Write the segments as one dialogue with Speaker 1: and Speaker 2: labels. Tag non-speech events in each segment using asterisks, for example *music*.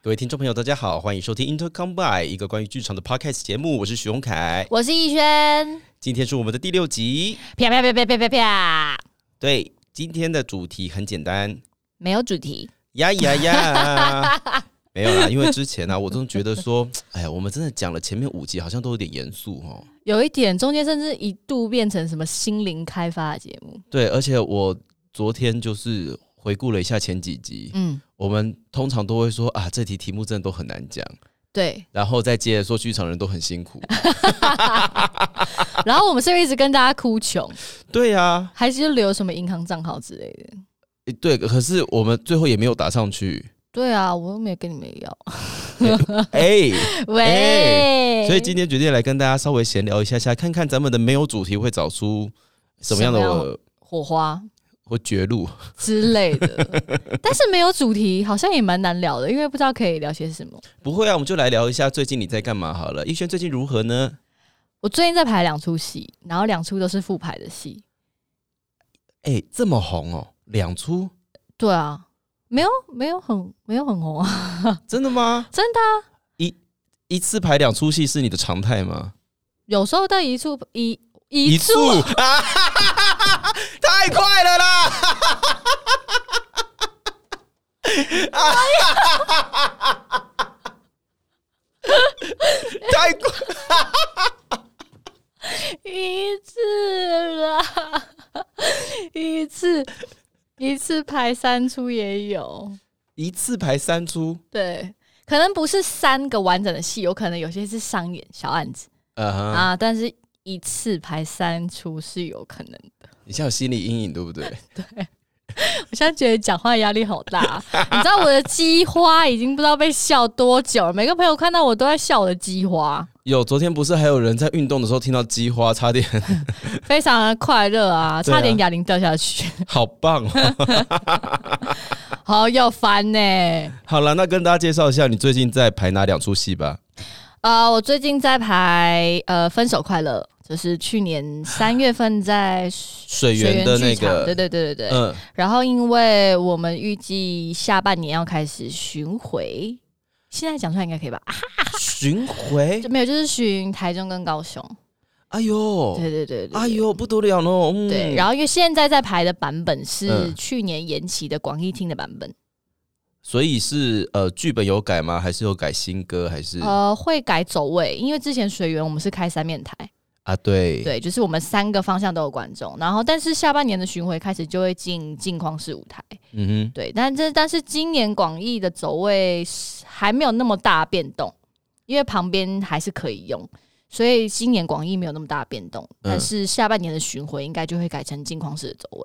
Speaker 1: 各位听众朋友，大家好，欢迎收听 Intercom By 一个关于剧场的 podcast 节目，我是许宏凯，
Speaker 2: 我是逸轩，
Speaker 1: 今天是我们的第六集。
Speaker 2: 啪啪啪啪啪啪啪，
Speaker 1: 对，今天的主题很简单，
Speaker 2: 没有主题，
Speaker 1: 呀呀呀，没有啦，因为之前呢、啊，我都觉得说， *laughs* 哎呀，我们真的讲了前面五集，好像都有点严肃哦。
Speaker 2: 有一点中间甚至一度变成什么心灵开发的节目，
Speaker 1: 对，而且我昨天就是回顾了一下前几集，
Speaker 2: 嗯，
Speaker 1: 我们通常都会说啊，这题题目真的都很难讲，
Speaker 2: 对。
Speaker 1: 然后再接着说剧场人都很辛苦。
Speaker 2: 然后我们是不是一直跟大家哭穷， *laughs*
Speaker 1: 对呀、啊
Speaker 2: 还是就留什么银行账号之类的？，
Speaker 1: 诶对，可是我们最后也没有打上去，
Speaker 2: 对啊，我又没有跟你们要。
Speaker 1: 哎、
Speaker 2: 喂，
Speaker 1: 所以今天决定来跟大家稍微闲聊一下下，看看咱们的没有主题会找出什么样的
Speaker 2: 什么样
Speaker 1: 我
Speaker 2: 火花
Speaker 1: 或绝路。
Speaker 2: 之
Speaker 1: *laughs*
Speaker 2: 类的，但是没有主题，好像也蛮难聊的，因为不知道可以聊些什么。
Speaker 1: 不会啊，我们就来聊一下最近你在干嘛好了。逸轩最近如何呢？
Speaker 2: 我最近在排两出戏，然后两出都是复排的戏。
Speaker 1: 哎、这么红哦，两出，
Speaker 2: 对啊，没有没有很没有很红啊， *laughs*
Speaker 1: 真的吗？
Speaker 2: 真的啊、
Speaker 1: 一次排两出戏是你的常态吗？
Speaker 2: 有时候在一处一一处
Speaker 1: 啊， *laughs* 太快了啦！ *laughs* 太快。
Speaker 2: 一次啦， *laughs* 一次一次排三出也有，
Speaker 1: 一次排三出，
Speaker 2: 对，可能不是三个完整的戏，有可能有些是商演小案子、
Speaker 1: 呃、哼
Speaker 2: 啊，但是一次排三出是有可能的。
Speaker 1: 你现在有心理阴影对不对？
Speaker 2: 我现在觉得讲话压力好大
Speaker 1: *laughs*
Speaker 2: 啊、你知道我的鸡花已经不知道被笑多久了，每个朋友看到我都在笑我的鸡花。
Speaker 1: *laughs* 有，昨天不是还有人在运动的时候听到鸡花，差点
Speaker 2: 非常的快乐啊，
Speaker 1: 对啊
Speaker 2: 差点哑铃掉下去，
Speaker 1: *laughs*
Speaker 2: *laughs*
Speaker 1: 好棒哦！
Speaker 2: 好有烦呢、
Speaker 1: 好了，那跟大家介绍一下你最近在排哪两出戏吧。
Speaker 2: 呃，我最近在排呃《分手快乐》，就是去年三月份在
Speaker 1: 水
Speaker 2: 水
Speaker 1: 源
Speaker 2: 源
Speaker 1: 的
Speaker 2: 剧
Speaker 1: 那
Speaker 2: 场
Speaker 1: 个，
Speaker 2: 对对对对对。
Speaker 1: 嗯，
Speaker 2: 然后，因为我们预计下半年要开始巡回，现在讲出来应该可以
Speaker 1: 哎
Speaker 2: 吧？啊啊
Speaker 1: 巡
Speaker 2: *laughs*
Speaker 1: 回
Speaker 2: 就，没有，就是巡台中跟高雄。
Speaker 1: 哎呦，
Speaker 2: 对对对对。
Speaker 1: 哎呦，不得了哦！嗯、
Speaker 2: 对，然后因为现在在排的版本是
Speaker 1: 嗯
Speaker 2: 去年延期的广义厅的版本，
Speaker 1: 所以是呃，剧本有改吗？还是有改新歌？还是、
Speaker 2: 呃，会改走位，因为之前水源我们是开三面台，
Speaker 1: 啊？对，
Speaker 2: 对，就是我们三个方向都有观众，然后但是下半年的巡回开始就会进镜框式舞台，
Speaker 1: 嗯
Speaker 2: 对，但这但是今年广义的走位是还没有那么大变动，因为旁边还是可以用，所以今年广义没有那么大变动，但是下半年的巡回应该就会改成镜框式的走位，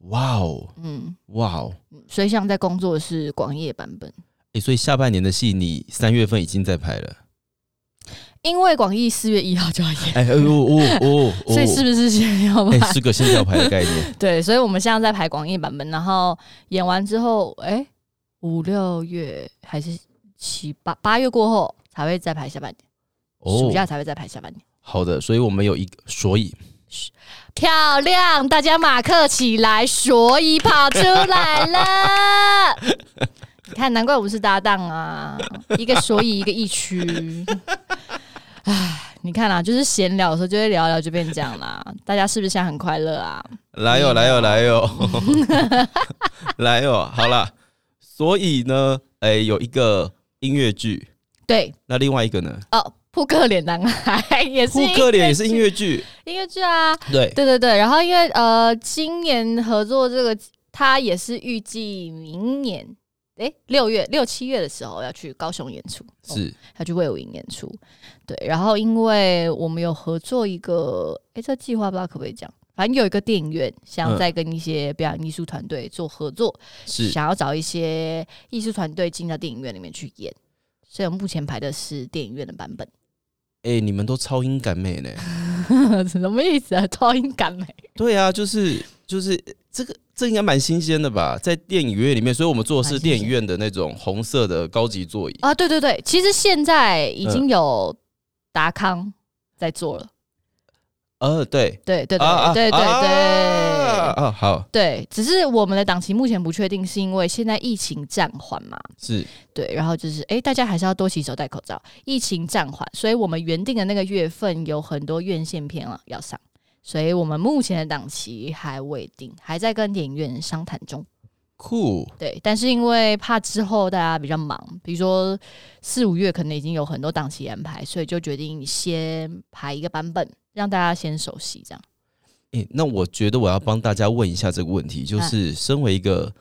Speaker 1: 哼，哇哦，
Speaker 2: 嗯，
Speaker 1: 哇哦，
Speaker 2: 嗯所以像在工作的是广义的版本，
Speaker 1: 哎、所以下半年的戏你三月份已经在排了，
Speaker 2: 因为广义四月一号就要演，
Speaker 1: 哎、哎呦哦哦哦，
Speaker 2: 所以是不是先要
Speaker 1: 哎、
Speaker 2: 排？
Speaker 1: 是个线条牌的概
Speaker 2: *laughs*
Speaker 1: 念
Speaker 2: 对，所以我们现在在排广义版本，然后演完之后，哎、五六月还是七八八月过后才会再排下半年，
Speaker 1: 哦
Speaker 2: 暑假才会再排下半年。
Speaker 1: 好的，所以我们有一个，所以
Speaker 2: 漂亮，大家马克起来，所以跑出来了。你看，难怪我们是搭档啊，一个所以，一个疫区。唉，你看啦、啊就是闲聊的时候就会聊一聊，就变这样啦。大家是不是现在很快乐啊？
Speaker 1: 来哟、来哟、来哟、
Speaker 2: *laughs*
Speaker 1: 来哟、好啦，所以呢，哎、有一个音乐剧，
Speaker 2: 对，
Speaker 1: 那另外一个呢，
Speaker 2: 哦，扑克脸男孩也是
Speaker 1: 扑克脸也是音乐剧，
Speaker 2: 音乐剧啊，
Speaker 1: 对，
Speaker 2: 对对对。然后因为呃，今年合作这个，他也是预计明年诶六月六七月的时候要去高雄演出，哦
Speaker 1: 是
Speaker 2: 要去魏武营演出。对，然后因为我们有合作一个，诶，这计划不知道可不可以讲。反正有一个电影院，想
Speaker 1: 嗯
Speaker 2: 再跟一些表演艺术团队做合作，
Speaker 1: 是
Speaker 2: 想要找一些艺术团队进到电影院里面去演，所以我们目前排的是电影院的版本。 *laughs*
Speaker 1: 哎、你们都超音感美呢，
Speaker 2: 什么意思啊？超音感美？
Speaker 1: 对啊，就是就是这个。这应该蛮新鲜的吧，在电影院里面，所以我们做的是
Speaker 2: 蛮新鲜
Speaker 1: 电影院的那种红色的高级座椅。
Speaker 2: 啊，对对对，其实现在已
Speaker 1: 嗯
Speaker 2: 经有达康在做了，
Speaker 1: 呃，对，
Speaker 2: 对对对
Speaker 1: 啊啊
Speaker 2: 对对对
Speaker 1: 啊啊，好
Speaker 2: 对，只是我们的档期目前不确定，是因为现在疫情暂缓嘛，
Speaker 1: 是
Speaker 2: 对，然后就是哎，诶大家还是要多洗手、戴口罩，疫情暂缓，所以我们原定的那个月份有很多院线片啊要上，所以我们目前的档期还未定，还在跟电影院商谈中。
Speaker 1: 酷
Speaker 2: 对，但是因为怕之后大家比较忙，比如说四五月可能已经有很多档期安排，所以就决定先排一个版本，让大家先熟悉这样。
Speaker 1: 诶、那我觉得我要帮大家问一下这个问题，
Speaker 2: 嗯
Speaker 1: 就是身为一个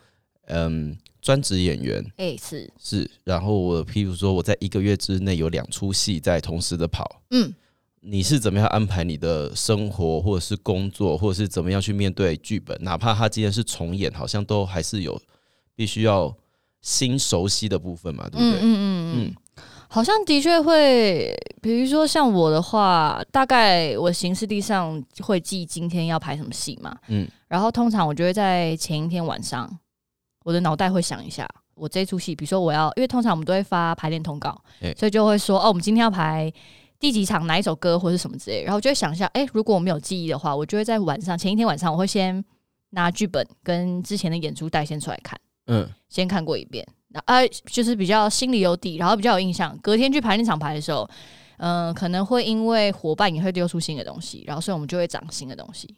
Speaker 1: 嗯专职演员
Speaker 2: 哎，是，
Speaker 1: 是，然后我譬如说我在一个月之内有两出戏在同时的跑，
Speaker 2: 嗯，
Speaker 1: 你是怎么样安排你的生活或者是工作，或者是怎么样去面对剧本？哪怕他今天是重演，好像都还是有必须要新熟悉的部分嘛，对不
Speaker 2: 嗯
Speaker 1: 对？
Speaker 2: 嗯嗯嗯，好像的确会，比如说像我的话，大概我行事历上会记今天要排什么戏嘛，
Speaker 1: 嗯
Speaker 2: 然后通常我就会在前一天晚上，我的脑袋会想一下，我这出戏，比如说我要，因为通常我们都会发排练通告，
Speaker 1: 哎
Speaker 2: 所以就会说哦，我们今天要排第几场哪一首歌或是什么之类，然后我就会想一下，哎，如果我没有记忆的话，我就会在晚上前一天晚上，我会先拿剧本跟之前的演出带先出来看。
Speaker 1: 嗯
Speaker 2: 先看过一遍，然后呃，就是比较心里有底，然后比较有印象。隔天去排练场排的时候，嗯、可能会因为伙伴也会丢出新的东西，然后所以我们就会长新的东西。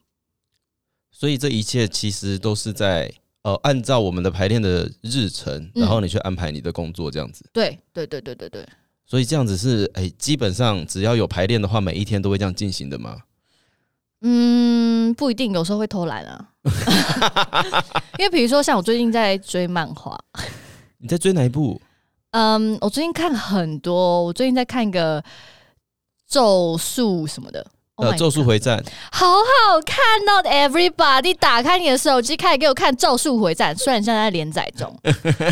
Speaker 1: 所以这一切其实都是在呃按照我们的排练的日程，
Speaker 2: 嗯
Speaker 1: 然后你去安排你的工作这样子。
Speaker 2: 对对对对对对，
Speaker 1: 所以这样子是哎、基本上只要有排练的话，每一天都会这样进行的嘛。
Speaker 2: 嗯，不一定，有时候会偷懒啊。 *laughs* 因为比如说，像我最近在追漫画，
Speaker 1: 你在追哪一部？
Speaker 2: 嗯，我最近看很多，我最近在看一个咒术什么的。
Speaker 1: *laughs*
Speaker 2: Oh
Speaker 1: 呃，
Speaker 2: my
Speaker 1: 《咒术
Speaker 2: God
Speaker 1: 回战》
Speaker 2: 好好看哦，Everybody！打开你的手机，开始给我看《咒术回战》，虽然现在在连载
Speaker 1: *laughs*
Speaker 2: 中，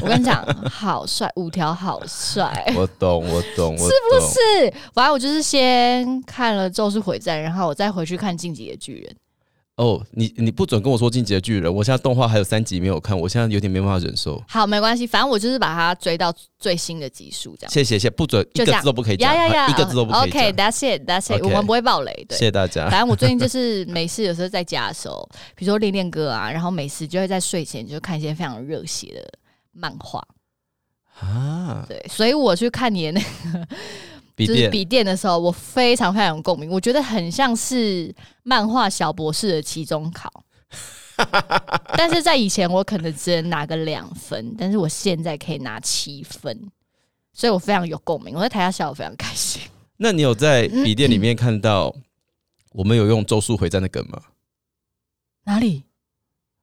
Speaker 2: 我跟你讲，好帅，五条好帅。
Speaker 1: 我懂，我懂，我懂。
Speaker 2: 不是，反正我就是先看了《咒术回战》，然后我再回去看《进击的巨人》。
Speaker 1: 哦，你你不准跟我说《进击的巨人》，我现在动画还有三集没有看，我现在有点没办法忍
Speaker 2: *laughs*
Speaker 1: 受。
Speaker 2: 好，没关系，反正我就是把它追到最新的集数，这样。
Speaker 1: 谢谢谢谢，不准一个
Speaker 2: 就这样
Speaker 1: 字都不可以讲
Speaker 2: 呀呀呀，啊
Speaker 1: 一个字都不可以讲。
Speaker 2: OK，That's it，That's it，
Speaker 1: OK
Speaker 2: 我们不会爆雷，对
Speaker 1: 谢。谢大家。
Speaker 2: 反正我最近就是没事，有时候在家的时候，比如说练练歌啊，然后没事就会在睡前就看一些非常热血的漫画。
Speaker 1: 啊，
Speaker 2: 对，所以我去看你的那个
Speaker 1: 笔
Speaker 2: 就是
Speaker 1: 电
Speaker 2: 笔电的时候，我非常非常有共鸣，我觉得很像是漫画小博士的期中考。
Speaker 1: *laughs*
Speaker 2: 但是在以前，我可能只能拿个两分，但是我现在可以拿七分，所以我非常有共鸣。我在台下笑，我非常开心。
Speaker 1: 那你有在笔电里面看到我们有用《咒术回战》的梗吗？
Speaker 2: 哪里？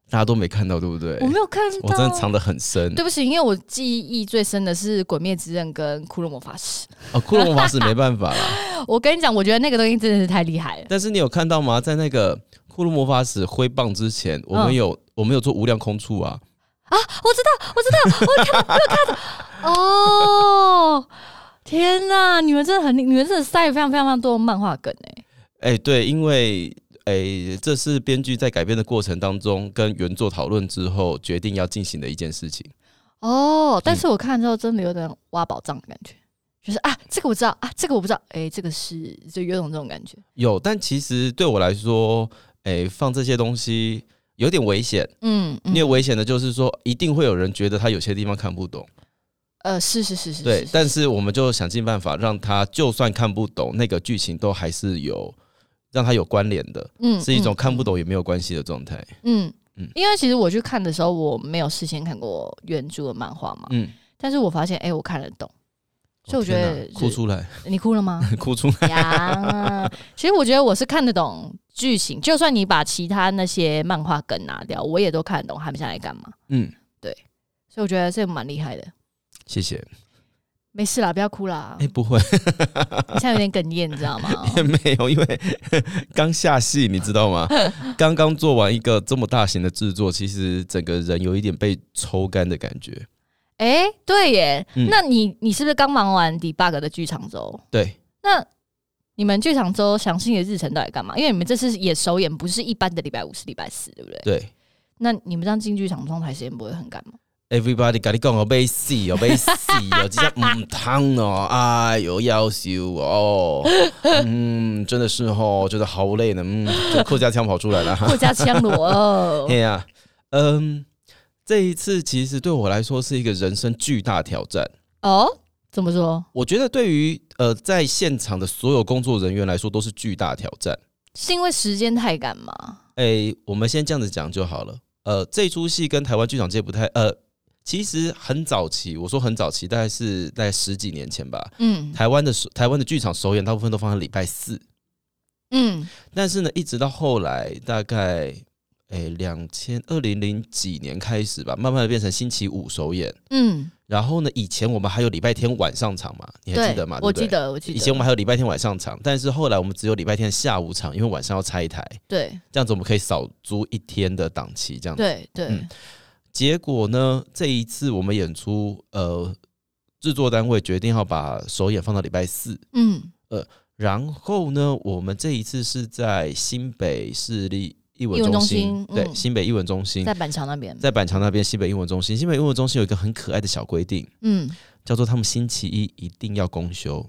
Speaker 1: 大家都没看到，对不对？
Speaker 2: 我没有看到。
Speaker 1: 我真的藏得很深。
Speaker 2: 对不起，因为我记忆最深的是《鬼灭之刃》跟《骷髅魔法师》。
Speaker 1: 哦，骷髅魔法使没办法啦。
Speaker 2: 我跟你讲，我觉得那个东西真的是太厉害了。
Speaker 1: 但是你有看到吗？在那个骷髅魔法使挥棒之前，我们
Speaker 2: 嗯
Speaker 1: 有、我们有做无量空处啊。
Speaker 2: 我知道，我知道，我看到，我看到。哦，天哪！你们真的很厉，你们真的塞了非常非常非常多的漫画梗哎、
Speaker 1: 哎、对，因为哎、这是编剧在改编的过程当中跟原作讨论之后决定要进行的一件事情。
Speaker 2: 哦，但是我看之后真的有点挖宝藏的感觉，就是啊，这个我知道啊，这个我不知道，哎、这个是就有种这种感觉。
Speaker 1: 有，但其实对我来说，哎、放这些东西有点危险。
Speaker 2: 嗯，
Speaker 1: 因
Speaker 2: 嗯
Speaker 1: 为危险的就是说，一定会有人觉得他有些地方看不懂，
Speaker 2: 呃，是是是是，
Speaker 1: 对。
Speaker 2: 是
Speaker 1: 但是我们就想尽办法让他，就算看不懂那个剧情，都还是有让他有关联的，
Speaker 2: 嗯
Speaker 1: 是一种
Speaker 2: 嗯
Speaker 1: 看不懂也没有关系的状态。
Speaker 2: 嗯
Speaker 1: 嗯
Speaker 2: 因为其实我去看的时候，我没有事先看过原著的漫画嘛，
Speaker 1: 嗯，哦
Speaker 2: 但是我发现，哎、我看得懂。所以我觉
Speaker 1: 天哪
Speaker 2: 得
Speaker 1: 哭
Speaker 2: 是
Speaker 1: 出来，
Speaker 2: 你哭了吗？
Speaker 1: 哭
Speaker 2: *laughs*
Speaker 1: 出来。
Speaker 2: 呀， *laughs* 其实我觉得我是看得懂剧情，就算你把其他那些漫画梗拿掉，我也都看得懂他们现在在干嘛。
Speaker 1: 嗯，
Speaker 2: 所以我觉得这蛮厉害的。
Speaker 1: 谢谢。
Speaker 2: 嗯没事啦，不要哭啦
Speaker 1: *laughs* 哎、，不会，
Speaker 2: 你现在有点哽咽，你
Speaker 1: *laughs*
Speaker 2: 知道吗？
Speaker 1: 也没有，因为 *laughs* 刚下戏，你知道吗？刚刚做完一个这么大型的制作，其实整个人有一点被抽干的感觉。
Speaker 2: 哎、对耶，
Speaker 1: 嗯
Speaker 2: 那你你是不是刚忙完 debug 的剧场周？
Speaker 1: 对，
Speaker 2: 那你们剧场周详细的日程到底干嘛？因为你们这次也首演，不是一般的礼拜五是礼拜四，对不对？
Speaker 1: 对， *laughs*
Speaker 2: 那你们这样进剧场状态时间不会很赶吗？
Speaker 1: Everybody，跟你讲哦，被死哦，被死哦， *laughs* 这下唔烫哦，哎呦，要羞哦，嗯，真的是哦，觉得好累呢，嗯，就客家腔跑出来了，
Speaker 2: 霍家枪罗哦
Speaker 1: *laughs* 哎，呀、嗯，这一次其实对我来说是一个人生巨大挑战。
Speaker 2: 哦，怎么说？
Speaker 1: 我觉得对于呃在现场的所有工作人员来说都是巨大挑战。
Speaker 2: 是因为时间太赶吗？
Speaker 1: 诶，我们先这样子讲就好了。呃，这出戏跟台湾剧场界不太呃，其实很早期，我说很早期，大概是在十几年前吧。
Speaker 2: 嗯
Speaker 1: 台湾的首台湾的剧场首演大部分都放在礼拜四，
Speaker 2: 嗯，
Speaker 1: 但是呢，一直到后来大概诶两千二零零几年开始吧，慢慢的变成星期五首演。
Speaker 2: 嗯，
Speaker 1: 然后呢，以前我们还有礼拜天晚上场嘛，你还记得吗？
Speaker 2: 我
Speaker 1: 对不对
Speaker 2: 记得，我记
Speaker 1: 以
Speaker 2: 得。
Speaker 1: 前我们还有礼拜天晚上场，但是后来我们只有礼拜天下午场，因为晚上要拆台，
Speaker 2: 对
Speaker 1: 这样子我们可以少租一天的档期。这样子，
Speaker 2: 对对
Speaker 1: 嗯，结果呢，这一次我们演出，呃，制作单位决定要把首演放到礼拜四，
Speaker 2: 嗯
Speaker 1: 然后呢，我们这一次是在新北市立艺文
Speaker 2: 艺文
Speaker 1: 中
Speaker 2: 中
Speaker 1: 心，
Speaker 2: 心
Speaker 1: 对，
Speaker 2: 嗯
Speaker 1: 新北艺文中心
Speaker 2: 在板桥那边，
Speaker 1: 在板桥那边新北艺文中心，新北艺文中心有一个很可爱的小规定，
Speaker 2: 嗯
Speaker 1: 叫做他们星期一一定要公休。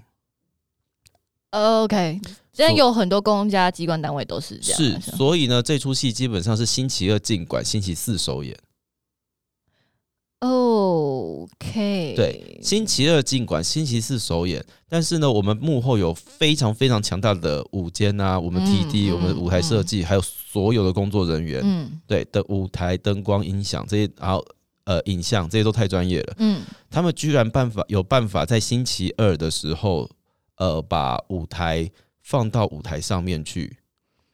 Speaker 2: 呃，OK，现在
Speaker 1: 所
Speaker 2: 有很多公家机关单位都是这样，
Speaker 1: 是，
Speaker 2: 好像
Speaker 1: 所以呢，这出戏基本上是星期二进馆，星期四首演。
Speaker 2: OK，
Speaker 1: 对，星期二进馆，星期四首演。但是呢，我们幕后有非常非常强大的舞间啊，我们
Speaker 2: 嗯
Speaker 1: TD、
Speaker 2: 嗯
Speaker 1: 我们舞台设计，还有所有的工作人员，
Speaker 2: 嗯
Speaker 1: 对的舞台、灯光、音响这些，然后呃影像这些都太专业了。
Speaker 2: 嗯
Speaker 1: 他们居然办法有办法在星期二的时候，呃，把舞台放到舞台上面去，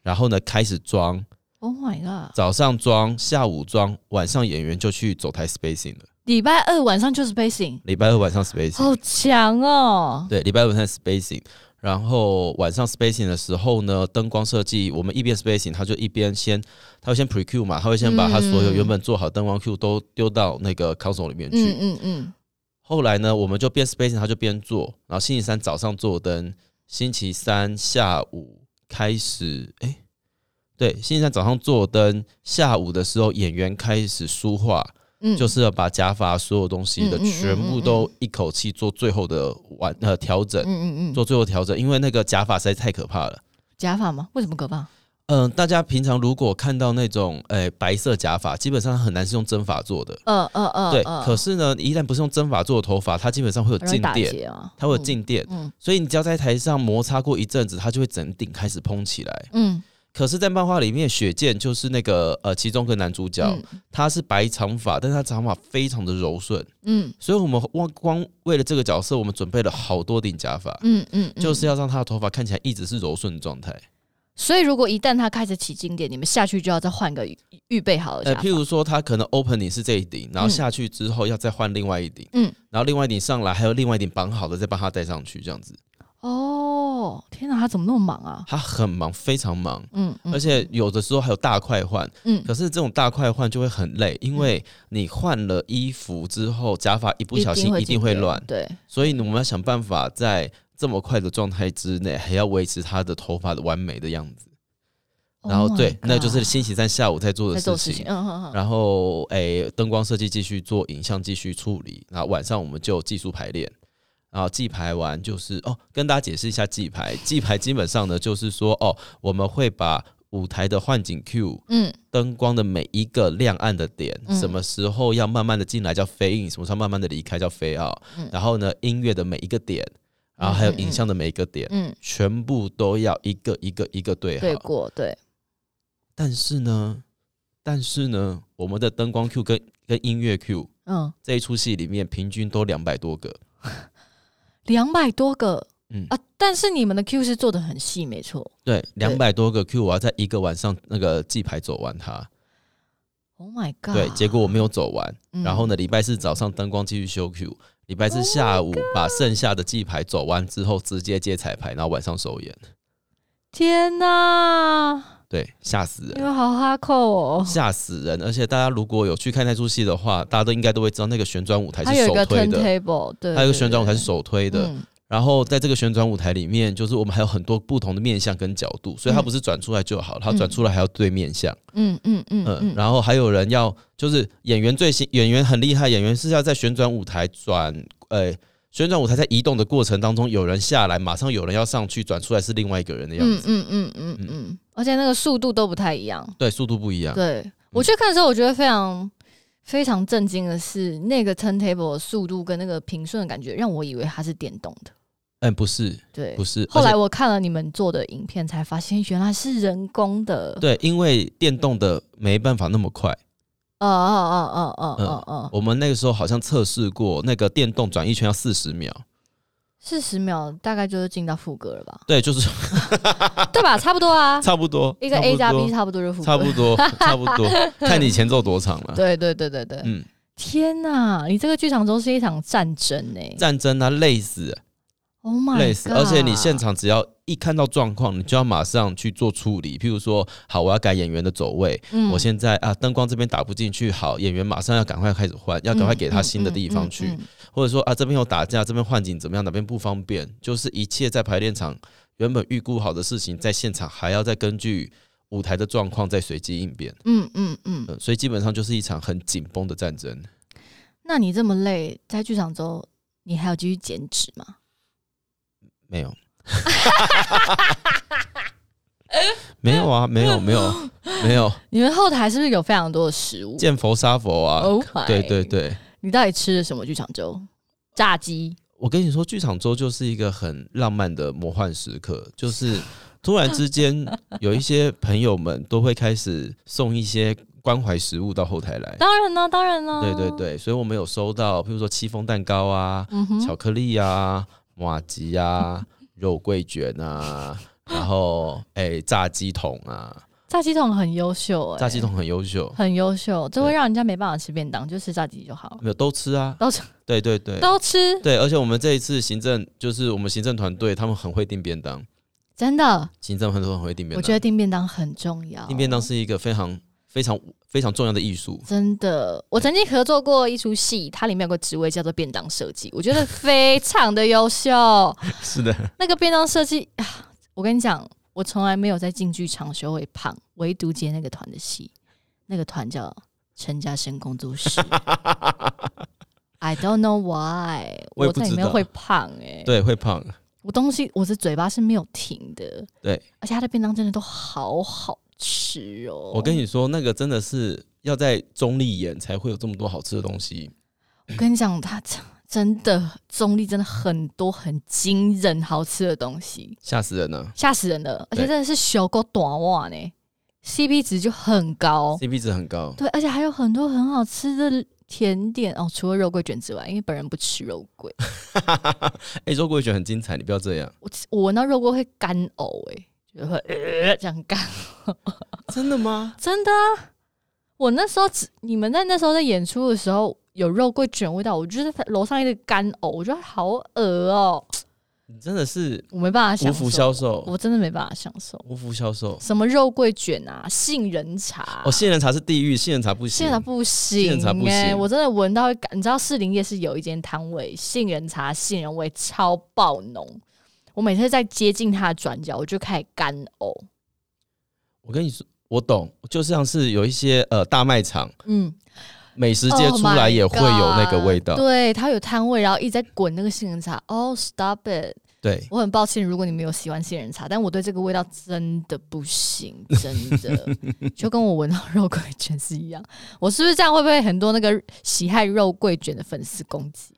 Speaker 1: 然后呢开始装。
Speaker 2: ，Oh my god，
Speaker 1: 早上装，下午装，晚上演员就去走台 spacing 了。
Speaker 2: 礼拜二晚上就是 pacing，
Speaker 1: 礼拜二晚上 spacing，、
Speaker 2: 好强哦，
Speaker 1: 对，礼拜二晚上 spacing，然后晚上 spacing 的时候呢，灯光设计我们一边 spacing，他就一边先，他会先 pre cue 嘛，他会先把他所有
Speaker 2: 嗯
Speaker 1: 原本做好灯光 cue 都丢到那个 console 里面去。
Speaker 2: 嗯嗯嗯，
Speaker 1: 后来呢，我们就边 spacing，他就边做，然后星期三早上做灯，星期三下午开始，哎、对，星期三早上做灯，下午的时候演员开始梳化。
Speaker 2: 嗯，
Speaker 1: 就是要把假发所有东西的
Speaker 2: 嗯嗯嗯
Speaker 1: 全部都一口气做最后的完呃调整，
Speaker 2: 嗯嗯嗯，
Speaker 1: 做最后调整，因为那个假发实在太可怕了。
Speaker 2: 假发吗？为什么可怕？
Speaker 1: 嗯、大家平常如果看到那种诶、呃白色假发，基本上很难是用针法做的。
Speaker 2: 呃呃呃，
Speaker 1: 对，
Speaker 2: 呃
Speaker 1: 可是呢，一旦不是用针法做的头发，它基本上会有
Speaker 2: 很容易
Speaker 1: 静
Speaker 2: 打
Speaker 1: 电，
Speaker 2: 结啊，
Speaker 1: 它会有静电，
Speaker 2: 嗯，
Speaker 1: 所以你只要在台上摩擦过一阵子，它就会整顶开始蓬起来。
Speaker 2: 嗯
Speaker 1: 可是，在漫画里面，雪见就是那个呃，其中一个男主角，
Speaker 2: 嗯
Speaker 1: 他是白长发，但是他长发非常的柔顺，
Speaker 2: 嗯
Speaker 1: 所以我们光光为了这个角色，我们准备了好多顶假发，
Speaker 2: 嗯嗯嗯，
Speaker 1: 就是要让他的头发看起来一直是柔顺的状态。
Speaker 2: 所以，如果一旦它开始起经典，你们下去就要再换个预预备好的
Speaker 1: 呃，
Speaker 2: 假
Speaker 1: 譬
Speaker 2: 发。
Speaker 1: 如说他可能 opening 是这一顶，然后
Speaker 2: 嗯
Speaker 1: 下去之后要再换另外一顶，
Speaker 2: 嗯，
Speaker 1: 然后另外一顶上来还有另外一顶绑好的，再帮他戴上去，这样子。
Speaker 2: 哦，天哪，他怎么那么忙啊？
Speaker 1: 他很忙，非常忙，
Speaker 2: 嗯，嗯
Speaker 1: 而且有的时候还有大快换。
Speaker 2: 嗯，
Speaker 1: 可是这种大快换就会很累，因为你换了衣服之后，假发一不小心一定会
Speaker 2: 经典
Speaker 1: 乱，
Speaker 2: 对，
Speaker 1: 所以我们要想办法在这么快的状态之内，还要维持他的头发的完美的样子。然后
Speaker 2: Oh my
Speaker 1: 对，那就是
Speaker 2: God，
Speaker 1: 星期三下午在做的
Speaker 2: 在
Speaker 1: 事
Speaker 2: 做事
Speaker 1: 情
Speaker 2: 情。。嗯嗯嗯，
Speaker 1: 然后诶，灯光设计继续做，影像继续处理。然后晚上我们就技术排练。然后记牌完就是哦，跟大家解释一下记牌。记牌基本上呢，就是说哦，我们会把舞台的幻景 Q、
Speaker 2: 嗯
Speaker 1: 灯光的每一个亮暗的点，
Speaker 2: 嗯
Speaker 1: 什么时候要慢慢的进来叫飞影，什么时候慢慢的离开叫飞奥。
Speaker 2: 嗯
Speaker 1: 然后呢，音乐的每一个点，然后还有
Speaker 2: 嗯嗯
Speaker 1: 影像的每一个点，
Speaker 2: 嗯，
Speaker 1: 全部都要一个一个一个对好。
Speaker 2: 对过对，
Speaker 1: 但是呢，但是呢，我们的灯光 Q 跟跟音乐 Q
Speaker 2: 嗯，
Speaker 1: 这一出戏里面平均都两百多个，
Speaker 2: 两百多个，
Speaker 1: 嗯
Speaker 2: 啊，但是你们的 Q 是做的很细，没错。
Speaker 1: 对，两百多个 Q，我要在一个晚上那个记牌走完它，
Speaker 2: Oh my god！
Speaker 1: 对，结果我没有走完，
Speaker 2: 嗯
Speaker 1: 然后呢，礼拜四早上灯光继续修 Q，礼拜四
Speaker 2: Oh my
Speaker 1: 下午把剩下的记牌走完之后，直接接彩排，然后晚上首演，
Speaker 2: 天哪，
Speaker 1: 对，吓死
Speaker 2: 你
Speaker 1: 人。
Speaker 2: 们好哈扣哦！
Speaker 1: 吓死人！而且大家如果有去看那出戏的话，大家都应该都会知道那个旋转舞台
Speaker 2: 它
Speaker 1: 是
Speaker 2: 有一
Speaker 1: 手
Speaker 2: 个
Speaker 1: 推
Speaker 2: turn
Speaker 1: 的，
Speaker 2: table，对，
Speaker 1: 还有一个
Speaker 2: 对
Speaker 1: 旋转舞台是
Speaker 2: 对
Speaker 1: 手推的，
Speaker 2: 嗯
Speaker 1: 然后在这个旋转舞台里面，就是我们还有很多不同的面向跟角度，所以它不是转出来就好，它转出来还要对面向。
Speaker 2: 嗯嗯嗯
Speaker 1: 嗯，
Speaker 2: 嗯，
Speaker 1: 然后还有人要，就是演员最新演员很厉害，演员是要在旋转舞台转，呃，旋转舞台在移动的过程当中，有人下来，马上有人要上去，转出来是另外一个人的样
Speaker 2: 嗯
Speaker 1: 子，
Speaker 2: 嗯嗯嗯嗯嗯，而且那个速度都不太一样。
Speaker 1: 对，啊嗯速度不一样，
Speaker 2: 对我去看的时候，我觉得非常非常震惊的是，那个 turntable 的速度跟那个平顺的感觉，让我以为它是电动的。
Speaker 1: 嗯，不是，
Speaker 2: 对
Speaker 1: 不，是，
Speaker 2: 后
Speaker 1: 而
Speaker 2: 来
Speaker 1: 且
Speaker 2: 我看了你们做的影片，才发现原来是人工的。，
Speaker 1: 对，因为电动的没办法那么快，
Speaker 2: 哦哦哦哦哦哦哦，
Speaker 1: 我们那个时候好像测试过，那个电动转一圈要四十秒，？
Speaker 2: 四十秒大概就是进到副歌了吧
Speaker 1: 对，就是，
Speaker 2: 对吧？差不多
Speaker 1: *laughs*
Speaker 2: 啊
Speaker 1: 差不多，
Speaker 2: 一个 A 加 B 差不多就副歌。
Speaker 1: 差不
Speaker 2: *laughs*
Speaker 1: 多，差不多，差不多，看你前奏多长了，
Speaker 2: 对对对对对，
Speaker 1: 嗯，
Speaker 2: 天哪！你这个剧场中是一场战争呢、
Speaker 1: 战争啊，累死，
Speaker 2: o h Oh my，
Speaker 1: 累死，而且你现
Speaker 2: god
Speaker 1: 场只要一看到状况，你就要马上去做处理。譬如说，好，我要改演员的走位，
Speaker 2: 嗯
Speaker 1: 我现在啊灯光这边打不进去，好，演员马上要赶快开始换，要赶快给他新的地方去，
Speaker 2: 嗯嗯嗯嗯嗯
Speaker 1: 或者说啊这边有打架，这边换景怎么样，哪边不方便，就是一切在排练场原本预估好的事情，在现场还要再根据舞台的状况再随机应变、
Speaker 2: 嗯嗯嗯。
Speaker 1: 呃所以基本上就是一场很紧绷的战争。
Speaker 2: 那你这么累，在剧场中，你还有继续减脂吗？
Speaker 1: 没有， *laughs* 没有啊，没有，没有，没有。
Speaker 2: 你们后台是不是有非常多的食物
Speaker 1: 见佛杀佛啊。
Speaker 2: ？Oh my！
Speaker 1: 对对，对，
Speaker 2: 你到底吃了什么剧场粥？炸鸡，
Speaker 1: 我跟你说，剧场周就是一个很浪漫的魔幻时刻，就是突然之间有一些朋友们都会开始送一些关怀食物到后台来。
Speaker 2: 当然呢，当然呢。
Speaker 1: 对对，对，所以我们有收到，譬如说戚风蛋糕啊、
Speaker 2: 嗯哼，
Speaker 1: 巧克力啊、马吉啊、肉桂卷啊，然后哎、炸鸡桶啊，
Speaker 2: 炸鸡桶很优秀哎、
Speaker 1: 炸鸡桶很优秀，
Speaker 2: 很优秀，这会
Speaker 1: 对
Speaker 2: 让人家没办法吃便当，就吃炸鸡就好了，
Speaker 1: 没有都吃啊，
Speaker 2: 都吃
Speaker 1: 对对对。
Speaker 2: 都吃，
Speaker 1: 对，而且我们这一次行政就是我们行政团队，他们很会订便当，
Speaker 2: 真的，
Speaker 1: 行政很多人会订便当。
Speaker 2: 我觉得订便当很重要，
Speaker 1: 订便当是一个非常非常非常重要的艺术。
Speaker 2: 真的，我曾经合作过一出戏，它里面有个职位叫做便当设计，我觉得非常的优秀。
Speaker 1: 是的，
Speaker 2: 那个便当设计啊，我跟你讲，我从来没有在进剧场学会胖，唯独接那个团的戏，那个团叫陈嘉生工作室。I don't know why，
Speaker 1: 我也不
Speaker 2: 在里
Speaker 1: 知
Speaker 2: 面
Speaker 1: 道
Speaker 2: 会胖哎、
Speaker 1: *laughs* 对，会胖。
Speaker 2: 我东西我的嘴巴是没有停的，
Speaker 1: 对，
Speaker 2: 而且它的便当真的都好好吃哦。
Speaker 1: 我跟你说，那个真的是要在中立演才会有这么多好吃的东西。
Speaker 2: 我跟你讲，它真真的中立真的很多很惊人好吃的东西，
Speaker 1: 吓死人啊了
Speaker 2: 吓死人了！而且
Speaker 1: 对
Speaker 2: 真的是小狗短袜呢，CP 值就很高。
Speaker 1: ，CP 值很高。
Speaker 2: 对，而且还有很多很好吃的甜点哦，除了肉桂卷之外，因为本人不吃肉桂，
Speaker 1: 哎、肉桂卷很精彩，你不要这样，
Speaker 2: 我吃我闻到肉桂会干呕哎、就会、呃、这样干。
Speaker 1: 真的吗？
Speaker 2: 真的、啊，我那时候只你们在那时候在演出的时候有肉桂卷味道，我就是在楼上一直干呕，我觉得好恶哦、
Speaker 1: 你真的是
Speaker 2: 我没办法
Speaker 1: 无
Speaker 2: 享
Speaker 1: 福
Speaker 2: 受，
Speaker 1: 消受，
Speaker 2: 我真的没办法享受。
Speaker 1: 无福消受。
Speaker 2: 什么肉桂卷啊，杏仁茶，
Speaker 1: 哦，杏仁茶是地狱，杏仁茶不行。
Speaker 2: 杏仁茶不行、欸，
Speaker 1: 杏仁茶不行
Speaker 2: 我真的闻到会感，你知道士林夜市有一间摊位，杏仁茶杏仁味超爆浓。我每次在接近它的转角，我就开始干呕。
Speaker 1: 我跟你说，我懂，就像是有一些呃大卖场
Speaker 2: 嗯，
Speaker 1: 美食街
Speaker 2: Oh
Speaker 1: 出来
Speaker 2: my
Speaker 1: 也会有那个味道。
Speaker 2: God 对，它有摊位，然后一直在滚那个杏仁茶。哦、s t o p it！
Speaker 1: 对，
Speaker 2: 我很抱歉，如果你们有喜欢杏仁茶，但我对这个味道真的不行，真的就跟我闻到肉桂卷是一样。我是不是这样？会不会很多那个喜爱肉桂卷的粉丝攻击？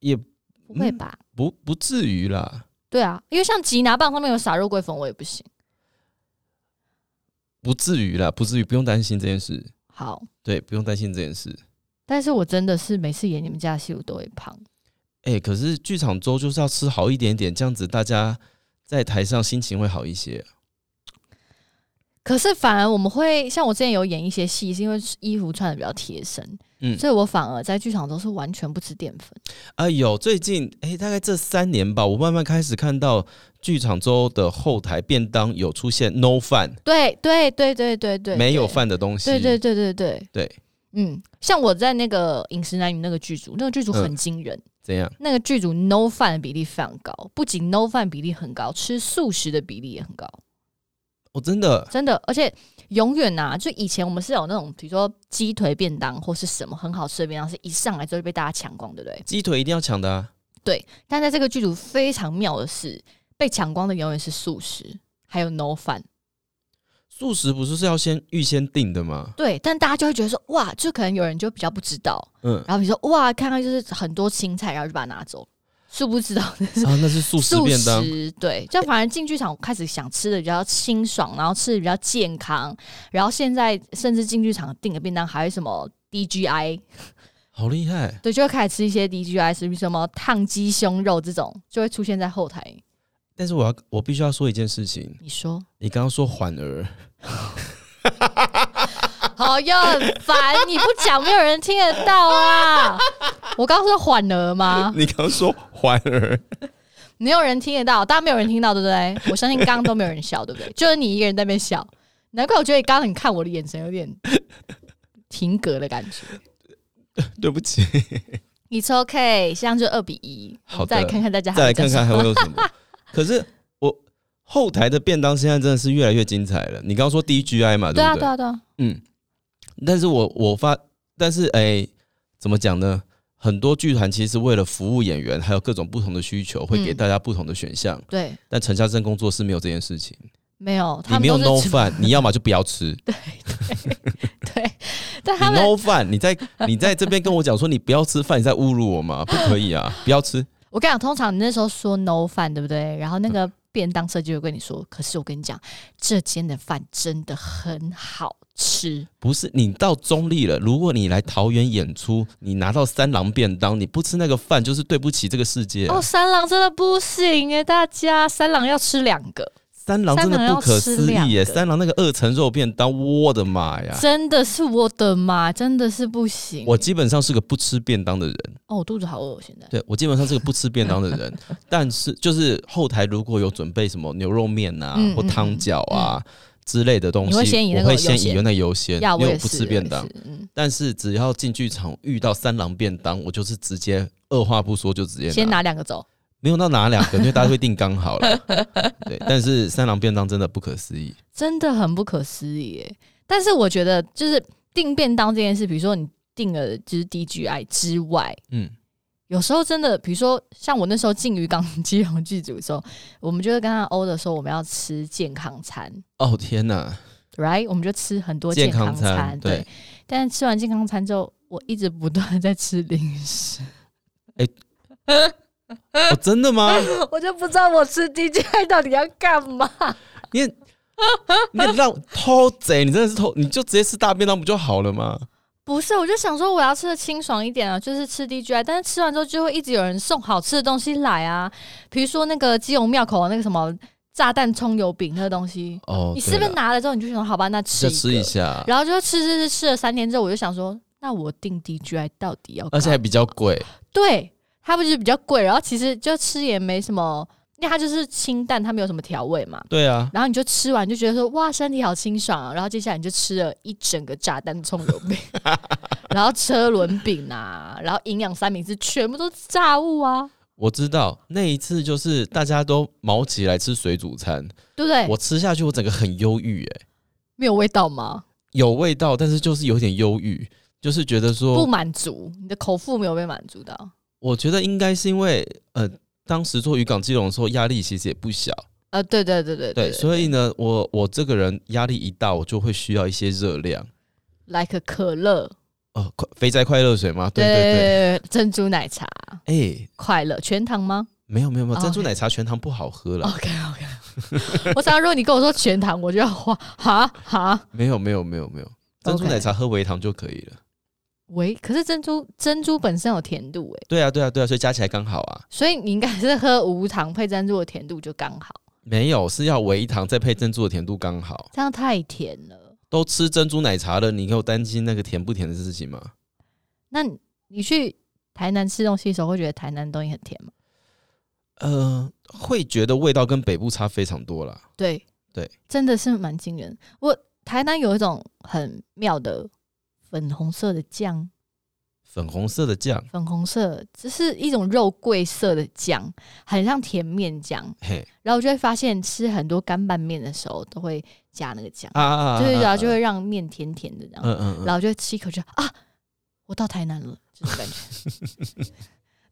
Speaker 1: 也
Speaker 2: 不会吧？
Speaker 1: 不不至于啦，
Speaker 2: 对啊，因为像吉拿棒上面有撒肉桂粉，我也不行。
Speaker 1: 不至于啦，不至于，不用担心这件事。
Speaker 2: 好，
Speaker 1: 对，不用担心这件事。
Speaker 2: 但是我真的是每次演你们家的戏，我都会胖。
Speaker 1: 哎、可是剧场周就是要吃好一点点，这样子大家在台上心情会好一些。啊
Speaker 2: 可是反而我们会像我之前有演一些戏，是因为衣服穿的比较贴身，
Speaker 1: 嗯
Speaker 2: 所以我反而在剧场都是完全不吃淀粉。
Speaker 1: 哎呦，最近哎、大概这三年吧，我慢慢开始看到剧场周的后台便当有出现 no 饭，
Speaker 2: 对对对对对对，
Speaker 1: 没有
Speaker 2: 对，
Speaker 1: 饭的东西。
Speaker 2: 对对对对对。
Speaker 1: 对
Speaker 2: 嗯，像我在那个饮食男女那个剧组，那个剧组很惊人，
Speaker 1: 怎样？
Speaker 2: 那个剧组 no 饭的比例非常高，不仅 no 饭比例很高，吃素食的比例也很高，
Speaker 1: 哦，真的，
Speaker 2: 真的。而且永远呐、就以前我们是有那种，比如说鸡腿便当或是什么很好吃的便当，是一上来就会被大家抢光，对不对？
Speaker 1: 鸡腿一定要抢的啊！
Speaker 2: 但在这个剧组非常妙的是，被抢光的永远是素食，还有 no 饭。
Speaker 1: 素食不是是要先预先定的吗？
Speaker 2: 对，但大家就会觉得说，哇，就可能有人就比较不知道，
Speaker 1: 嗯， *laughs*
Speaker 2: 然后比如说哇，看到就是很多青菜，然后就把它拿走，殊不知道那是
Speaker 1: 啊，那是 *laughs* 素食便当
Speaker 2: 素，食对，就反而进剧场开始想吃的比较清爽，然后吃的比较健康，然后现在甚至进剧场订的便当还有什么 DGI，
Speaker 1: 好厉害！
Speaker 2: 对，就会开始吃一些 DGI，是不是什么烫鸡胸肉这种，就会出现在后台。
Speaker 1: 但是我要我必须要说一件事情，*laughs*
Speaker 2: 你说
Speaker 1: 你刚刚说缓儿，
Speaker 2: 啊好又很烦，你不讲没有人听得到啊！我刚刚说缓额吗？
Speaker 1: *laughs* 你刚刚说缓儿，
Speaker 2: 没有人听得到，大家没有人听到，对不 *laughs* 对？我相信刚刚都没有人笑，对不对？就是你一个人在那边笑，难怪我觉得你刚刚你看我的眼神有点停格的感觉。
Speaker 1: 对不起。
Speaker 2: It's OK，现在就二比一。
Speaker 1: 好的
Speaker 2: 我们再来看看大家还
Speaker 1: 再
Speaker 2: 会
Speaker 1: 来看
Speaker 2: 讲
Speaker 1: 看
Speaker 2: 什
Speaker 1: 还
Speaker 2: 么
Speaker 1: 会有什么。可是我后台的便当现在真的是越来越精彩了。你刚刚说 DGI 嘛，
Speaker 2: 对
Speaker 1: 不
Speaker 2: 啊，
Speaker 1: 对？
Speaker 2: 对啊，对啊，
Speaker 1: 嗯，但是我我发，但是哎、怎么讲呢？很多剧团其实为了服务演员，还有各种不同的需求，会给
Speaker 2: 嗯
Speaker 1: 大家不同的选项。
Speaker 2: 对，
Speaker 1: 但陈嘉生工作室没有这件事情，
Speaker 2: 没有，
Speaker 1: 你
Speaker 2: 他
Speaker 1: 没
Speaker 2: 们
Speaker 1: 有
Speaker 2: 都是
Speaker 1: no 饭，你要么就不要吃。
Speaker 2: *laughs* 对，但
Speaker 1: 你
Speaker 2: 他们
Speaker 1: no 饭，你在你在这边跟我讲说你不要吃饭，你在侮辱我吗？不可以啊，不要吃。
Speaker 2: 我跟你讲，通常你那时候说 no 饭，对不对？然后那个便当设计就跟你说，可是我跟你讲，这间的饭真的很好吃。
Speaker 1: 不是你到中立了，如果你来桃园演出，你拿到三郎便当，你不吃那个饭，就是对不起这个世界。啊
Speaker 2: 哦，三郎真的不行哎，大家三郎要吃两个，
Speaker 1: 三郎真的不可思议耶！
Speaker 2: 三郎要吃两个
Speaker 1: 三郎那个二层肉便当，我的妈呀！
Speaker 2: 真的是我的妈，真的是不行。
Speaker 1: 啊我基本上是个不吃便当的人，
Speaker 2: 哦，我肚子好饿，我现在。
Speaker 1: 对我基本上是个不吃便当的
Speaker 2: *laughs*
Speaker 1: 人，但是就是后台如果有准备什么牛肉面啊、
Speaker 2: 嗯
Speaker 1: 或汤饺啊、之类的东西，
Speaker 2: 你会先以那个
Speaker 1: 我会先
Speaker 2: 优
Speaker 1: 以
Speaker 2: 先
Speaker 1: 那个优先，
Speaker 2: 呀，
Speaker 1: 因
Speaker 2: 我
Speaker 1: 为
Speaker 2: 也
Speaker 1: 我
Speaker 2: 是
Speaker 1: 不吃便当
Speaker 2: 我也。是嗯，
Speaker 1: 但是只要进剧场遇到三郎便当，我就是直接二话不说就直接
Speaker 2: 先拿两个走。
Speaker 1: 没有到哪两个，因为大家会定刚好
Speaker 2: *laughs*
Speaker 1: 了。对，但是三郎便当真的不可思议。
Speaker 2: 真的很不可思议耶。但是我觉得，就是订便当这件事，比如说你订了就是 DGI 哎之外，
Speaker 1: 嗯，
Speaker 2: 有时候真的，比如说像我那时候进渔港 *laughs* 基隆剧组的时候，我们就会跟他欧的说我们要吃健康餐
Speaker 1: 哦天哪，
Speaker 2: ，right？我们就吃很多
Speaker 1: 健
Speaker 2: 康
Speaker 1: 康餐
Speaker 2: 对。
Speaker 1: 对
Speaker 2: 但是吃完健康餐之后，我一直不断地在吃零食，
Speaker 1: 哦真的
Speaker 2: *laughs*
Speaker 1: 吗？
Speaker 2: 我就不知道我吃 DGI 到底要干嘛。
Speaker 1: 你也你也让偷贼，你真的是偷，你就直接吃大便当不就好了吗？
Speaker 2: 不是，我就想说我要吃的清爽一点啊，就是吃 DGI，但是吃完之后就会一直有人送好吃的东西来啊，比如说那个基隆庙口的啊那个什么炸弹葱油饼那个东西，
Speaker 1: 哦，
Speaker 2: 你是不
Speaker 1: 对
Speaker 2: 是
Speaker 1: 了
Speaker 2: 拿了之后你就想说好吧，那吃
Speaker 1: 就
Speaker 2: 一
Speaker 1: 吃啊
Speaker 2: 个
Speaker 1: 一下，
Speaker 2: 然后就吃吃吃吃了三天之后，我就想说，那我订 DGI 到底要干嘛？
Speaker 1: 而且还比较贵。
Speaker 2: 对它不就是比较贵，然后其实就吃也没什么，因为它就是清淡，它没有什么调味嘛。
Speaker 1: 对啊，
Speaker 2: 然后你就吃完就觉得说哇，身体好清爽啊！然后接下来你就吃了一整个炸弹葱油饼，然后车轮饼啊，然后营养三明治，全部都是炸物啊，
Speaker 1: 我知道那一次就是大家都毛起来吃水煮餐，
Speaker 2: 对不对？
Speaker 1: 我吃下去我整个很忧郁，哎，
Speaker 2: 没有味道吗？
Speaker 1: 有味道，但是就是有点忧郁，就是觉得说
Speaker 2: 不满足，你的口腹没有被满足到。
Speaker 1: 我觉得应该是因为呃，当时做渔港基隆的时候，压力其实也不小，
Speaker 2: 呃，对对对对
Speaker 1: 对，所以呢，我我这个人压力一大，我就会需要一些热量，
Speaker 2: ，like 可乐，
Speaker 1: 哦，快肥宅快乐水吗？对对对，
Speaker 2: 对对，珍珠奶茶
Speaker 1: 哎、
Speaker 2: 快乐全糖吗
Speaker 1: 没有没有没有，
Speaker 2: 哦
Speaker 1: 珍珠奶茶全糖不好喝了，
Speaker 2: ？OK OK，我想如果你跟我说全糖，我就要花哈哈
Speaker 1: 没有没有没有没有，珍珠
Speaker 2: OK
Speaker 1: 奶茶喝微糖就可以了。
Speaker 2: 喂。可是珍珠珍珠本身有甜度诶、
Speaker 1: 对啊对啊对啊，所以加起来刚好啊，
Speaker 2: 所以你应该是喝无糖配珍珠的甜度就刚好，
Speaker 1: 没有是要微糖再配珍珠的甜度刚好。
Speaker 2: *laughs* 这样太甜了。
Speaker 1: 都吃珍珠奶茶了，你有担心那个甜不甜的事情吗？
Speaker 2: 那你你去台南吃东西的时候，会觉得台南东西很甜吗？
Speaker 1: 呃，会觉得味道跟北部差非常多啦。
Speaker 2: 对
Speaker 1: 对，
Speaker 2: 真的是蛮惊人。我台南有一种很妙的粉红色的酱，
Speaker 1: 粉红色的酱，
Speaker 2: 粉红色，这是一种肉桂色的酱，很像甜面酱。
Speaker 1: 嘿
Speaker 2: 然后我就会发现，吃很多干拌面的时候都会加那个酱，
Speaker 1: 啊啊啊啊，啊
Speaker 2: 就是然后就，会让面甜甜的这样。
Speaker 1: 嗯嗯嗯，
Speaker 2: 然后就吃一口就啊，我到
Speaker 1: *laughs*
Speaker 2: 台南了，这种感觉。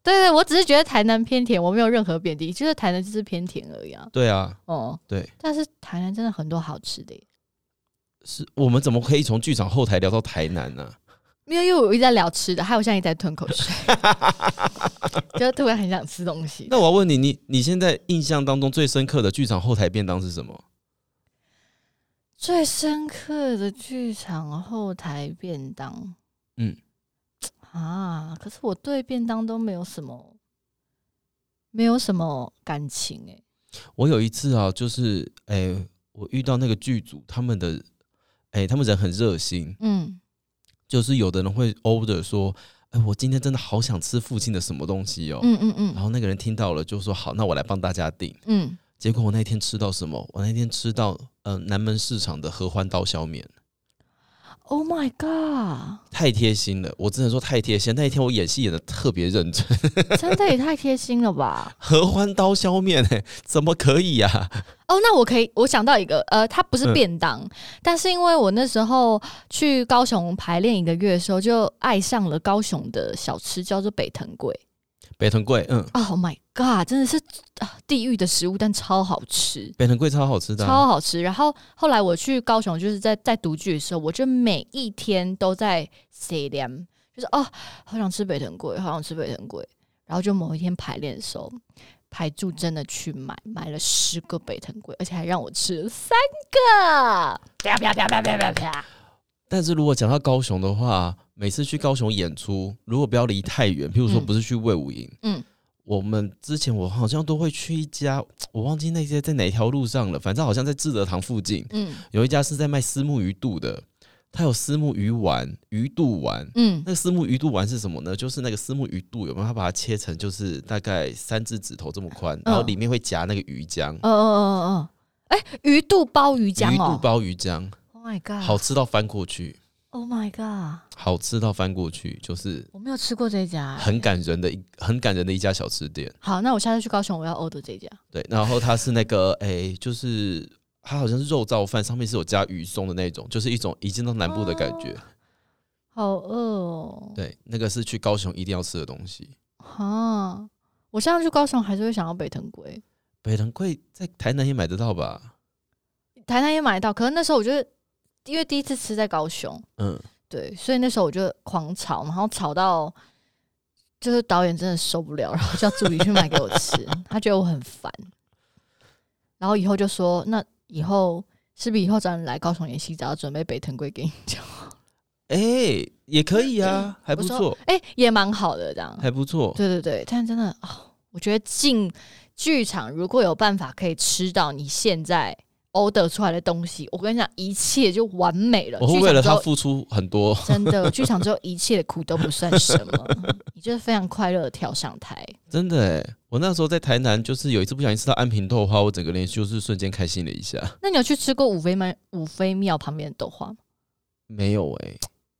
Speaker 2: 对对，我只是觉得台南偏甜，我没有任何贬低，就是台南就是偏甜而已啊。
Speaker 1: 对啊，
Speaker 2: 哦，
Speaker 1: 对，
Speaker 2: 但是台南真的很多好吃的耶，
Speaker 1: 是我们怎么可以从剧场后台聊到台南啊呢？
Speaker 2: 因为因为我一直在聊吃的，还有我现在一直在吞口
Speaker 1: *laughs*
Speaker 2: 水，就突然很想吃东西。
Speaker 1: 那我要问你，你你现在印象当中最深刻的剧场后台便当是什么？
Speaker 2: 最深刻的剧场后台便当，
Speaker 1: 嗯，
Speaker 2: 啊，可是我对便当都没有什么，没有什么感情哎、
Speaker 1: 我有一次啊，就是诶、我遇到那个剧组，他们的诶、他们人很热心，
Speaker 2: 嗯
Speaker 1: 就是有的人会 order 说，哎、我今天真的好想吃附近的什么东西哦。
Speaker 2: 嗯嗯
Speaker 1: 然
Speaker 2: 嗯
Speaker 1: 后那个人听到了，就说好，那我来帮大家订。
Speaker 2: 嗯，
Speaker 1: 结果我那天吃到什么？我那天吃到嗯、呃南门市场的合欢刀削面，
Speaker 2: Oh my god！
Speaker 1: 太贴心了，我只能说太贴心。那一天我演戏演的特别认真， *laughs*
Speaker 2: 真的也太贴心了吧！
Speaker 1: 合欢刀削面、哎，怎么可以呀、啊？
Speaker 2: *laughs* 哦，那我可以，我想到一个，呃，它不是
Speaker 1: 嗯
Speaker 2: 便当，但是因为我那时候去高雄排练一个月的时候，就爱上了高雄的小吃，叫做北藤贵。
Speaker 1: 北藤贵，嗯，
Speaker 2: Oh my god！真的是啊地狱的食物，但超好吃。
Speaker 1: 北藤贵超好吃的、啊，
Speaker 2: 超好吃。然后后来我去高雄，就是在在读剧的时候，我就每一天都在 C M，就是哦，好想吃北藤贵，好想吃北藤贵。然后就某一天排练的时候，排住真的去买，买了十个北藤贵，而且还让我吃了三个，啪啪啪啪啪啪啪。
Speaker 1: 但是如果讲到高雄的话，每次去高雄演出，如果不要离太远，譬如说
Speaker 2: 嗯
Speaker 1: 不是去魏武营，
Speaker 2: 嗯
Speaker 1: 我们之前我好像都会去一家，我忘记那些在哪一条路上了，反正好像在志德堂附近
Speaker 2: 嗯
Speaker 1: 有一家是在卖丝木鱼肚的，它有丝木鱼丸、鱼肚丸。
Speaker 2: 嗯
Speaker 1: 那个丝木鱼肚丸是什么呢？就是那个丝木鱼肚有没有？它把它切成就是大概三只指头这么
Speaker 2: 嗯
Speaker 1: 宽，然后里面会夹那个鱼浆，
Speaker 2: 嗯嗯嗯嗯，哎、鱼肚包鱼浆
Speaker 1: 鱼肚
Speaker 2: 哦
Speaker 1: 包鱼浆，
Speaker 2: ，Oh my
Speaker 1: 好
Speaker 2: god，Oh
Speaker 1: 吃到翻过去，
Speaker 2: my god，
Speaker 1: 好吃到翻过去，就是
Speaker 2: 我没有吃过这家、哎
Speaker 1: 很感人的一很感人的一家小吃店。
Speaker 2: 好，那我下次去高雄，我要 order 这家。
Speaker 1: 对，然后它是那个 *laughs* 诶、就是它好像是肉燥饭，上面是有加鱼松的那种，就是一种已经到南部的感觉。
Speaker 2: 好饿哦！
Speaker 1: 对，那个是去高雄一定要吃的东西。
Speaker 2: 哈，啊我现在去高雄还是会想要北藤龟，
Speaker 1: 北藤贵在台南也买得到吧？
Speaker 2: 台南也买得到。可是那时候我觉得，因为第一次吃在高雄，
Speaker 1: 嗯，
Speaker 2: 对，所以那时候我就狂吵，然后吵到就是导演真的受不了，然后叫助理去买给我吃， *laughs* 他觉得我很烦，然后以后就说，那以后是不是以后找你来高雄演戏，只要准备北藤龟给你 *laughs* 就好？
Speaker 1: 哎、也可以啊，还不
Speaker 2: 我说
Speaker 1: 错，
Speaker 2: 哎、也蛮好的这样。
Speaker 1: 还不错。
Speaker 2: 对对对，但真的哦，我觉得进剧场如果有办法可以吃到你现在 order 出来的东西，我跟你讲，一切就完美了。
Speaker 1: 我会
Speaker 2: 剧
Speaker 1: 为了
Speaker 2: 场之
Speaker 1: 他
Speaker 2: 后
Speaker 1: 付出很多。 *laughs*
Speaker 2: 真的，剧场之后一切的苦都不算什么，你就是非常快乐的跳上台。
Speaker 1: 真的哎、我那时候在台南，就是有一次不小心吃到安平豆花，我整个人就是瞬间开心了一下。
Speaker 2: 那你有去吃过五妃门五妃庙旁边的豆花吗？
Speaker 1: 没有哎、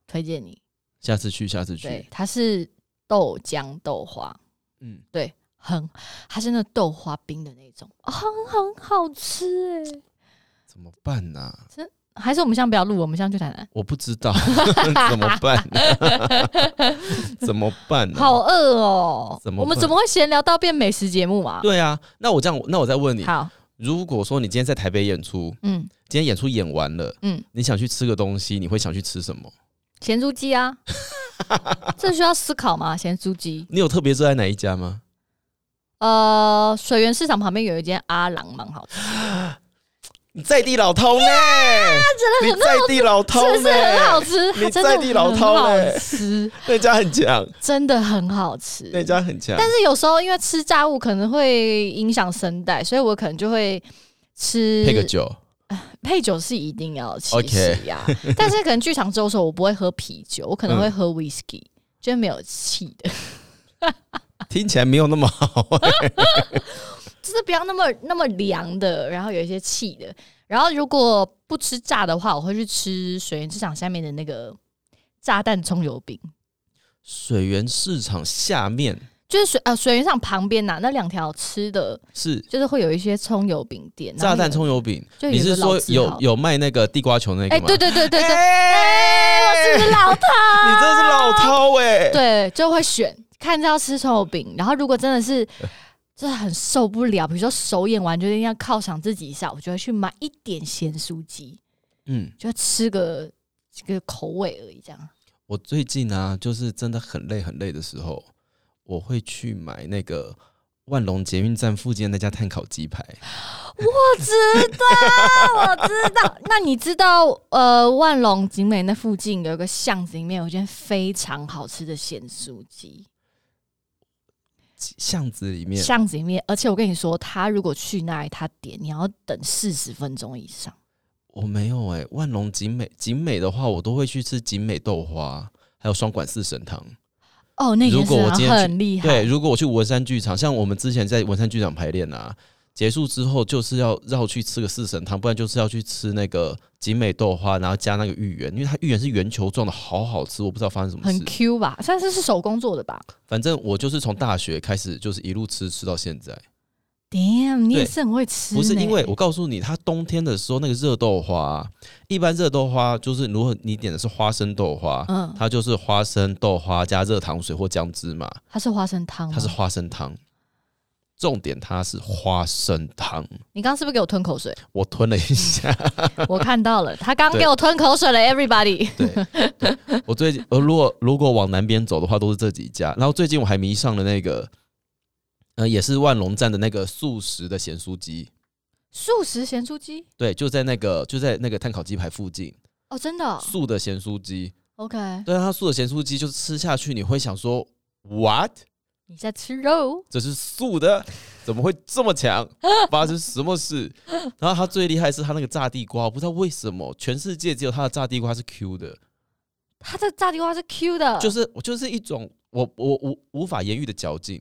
Speaker 2: 推荐你，
Speaker 1: 下次去，下次去
Speaker 2: 对。，它是豆浆豆花，
Speaker 1: 嗯，
Speaker 2: 对，很，它是那个豆花冰的那种，啊很很好吃哎、
Speaker 1: 怎么办啊呢、
Speaker 2: 还是我们现在不要录，我们现在去台南。
Speaker 1: 我不知道 *laughs* 怎么办、 *laughs* 怎么办、呢？
Speaker 2: 好饿哦！
Speaker 1: 怎么
Speaker 2: 我们
Speaker 1: 办
Speaker 2: 怎么会闲聊到变美食节目嘛？
Speaker 1: 对啊，那我这样，那我再问你，
Speaker 2: 好，
Speaker 1: 如果说你今天在台北演出，
Speaker 2: 嗯
Speaker 1: 今天演出演完了，
Speaker 2: 嗯，
Speaker 1: 你想去吃个东西，你会想去吃什么？
Speaker 2: 咸猪鸡
Speaker 1: *laughs*
Speaker 2: 啊，这需要思考吗？咸猪鸡，
Speaker 1: 你有特别热爱哪一家吗？
Speaker 2: 呃，水源市场旁边有一间阿郎蛮好吃，
Speaker 1: 你在地老饕呢、你在地老饕
Speaker 2: 是
Speaker 1: 呢、
Speaker 2: 不是很好吃？
Speaker 1: 你
Speaker 2: 它真的
Speaker 1: 在地老
Speaker 2: 很
Speaker 1: 饕嘞
Speaker 2: 好吃，
Speaker 1: 那家很强，
Speaker 2: 真的很好吃。
Speaker 1: 那家很强。
Speaker 2: 但是有时候因为吃炸物可能会影响声带，所以我可能就会吃
Speaker 1: 配个酒，
Speaker 2: 配酒是一定要其
Speaker 1: OK 嗯
Speaker 2: 实呀， *laughs* 但是可能剧场周的时候我不会喝啤酒，我可能会喝 whisky，、就是没有气的，
Speaker 1: 听起来没有那么好、
Speaker 2: 就是不要那么那么凉的，然后有一些气的。然后如果不吃炸的话，我会去吃水源市场下面的那个炸弹葱油饼，
Speaker 1: 水源市场下面
Speaker 2: 就是水啊、水源厂旁边呐、那两条吃的，
Speaker 1: 是
Speaker 2: 就是会有一些葱油饼店，然后
Speaker 1: 炸弹
Speaker 2: 有，
Speaker 1: 葱油饼，
Speaker 2: 就有
Speaker 1: 你
Speaker 2: 一个
Speaker 1: 是说
Speaker 2: 老字
Speaker 1: 有
Speaker 2: 号
Speaker 1: 有卖那个地瓜球那个
Speaker 2: 哎、
Speaker 1: 吗？
Speaker 2: 对对对对对，
Speaker 1: 哎
Speaker 2: 我是不是老套？
Speaker 1: 你真是老饕哎！
Speaker 2: 对，就会选看是要吃葱油饼，然后如果真的是真的很受不了，比如说手演完就一定要犒赏自己一下，我就会去买一点咸酥鸡，
Speaker 1: 嗯，
Speaker 2: 就吃个这个口味而已，这样。
Speaker 1: 我最近啊，就是真的很累很累的时候，我会去买那个万隆捷运站附近的那家碳烤鸡排。
Speaker 2: 我知道，我知道。那你知道呃，万隆景美那附近有一个巷子里面有一间非常好吃的咸酥鸡，
Speaker 1: 巷子里面
Speaker 2: 巷子里面，而且我跟你说，他如果去那里他点，你要等四十分钟以上。
Speaker 1: 我没有哎、万隆景美景美的话，我都会去吃景美豆花，还有双管四神汤。
Speaker 2: 哦，那
Speaker 1: 如
Speaker 2: 间
Speaker 1: 果我今
Speaker 2: 是
Speaker 1: 天去
Speaker 2: 很厉害，
Speaker 1: 对，如果我去文山剧场，像我们之前在文山剧场排练啊，结束之后就是要绕去吃个四神汤，不然就是要去吃那个景美豆花，然后加那个芋圆，因为它芋圆是圆球状的，好好吃，我不知道发生什么
Speaker 2: 很
Speaker 1: 事。
Speaker 2: Q 吧？算是是手工做的吧
Speaker 1: 反正我就是从大学开始，就是一路吃吃到现在。
Speaker 2: ？Damn，你也
Speaker 1: 对
Speaker 2: 是很会吃呢、
Speaker 1: 不是因为我告诉你，它冬天的时候那个热豆花啊，一般热豆花就是如果你点的是花生豆花，
Speaker 2: 嗯，
Speaker 1: 它就是花生豆花加热糖水或姜汁嘛，
Speaker 2: 它是花生汤吗，
Speaker 1: 它是花生汤。重点它是花生汤，
Speaker 2: 你刚刚是不是给我吞
Speaker 1: *laughs*
Speaker 2: 口水？
Speaker 1: 我吞了一下。
Speaker 2: 我看到了，他刚
Speaker 1: 对
Speaker 2: 给我吞口水了，everybody。
Speaker 1: *laughs* 对，对我最近呃，如果如果往南边走的话，都是这几家。然后最近我还迷上了那个，呃，也是万隆站的那个素食的咸酥鸡，
Speaker 2: 素食咸酥鸡
Speaker 1: 对，就在那个就在那个碳烤鸡排附近，
Speaker 2: 哦，真的哦、
Speaker 1: 素的咸酥鸡。
Speaker 2: OK，
Speaker 1: 对啊，它素的咸酥鸡就是吃下去你会想说，what？
Speaker 2: 你在吃肉？
Speaker 1: 这是素的，怎么会这么强？发生什么事？然后它最厉害是它那个炸地瓜，我不知道为什么全世界只有它的炸地瓜是 Q 的，
Speaker 2: 它的炸地瓜是 Q 的，
Speaker 1: 就是就是一种我我无无法言喻的嚼劲。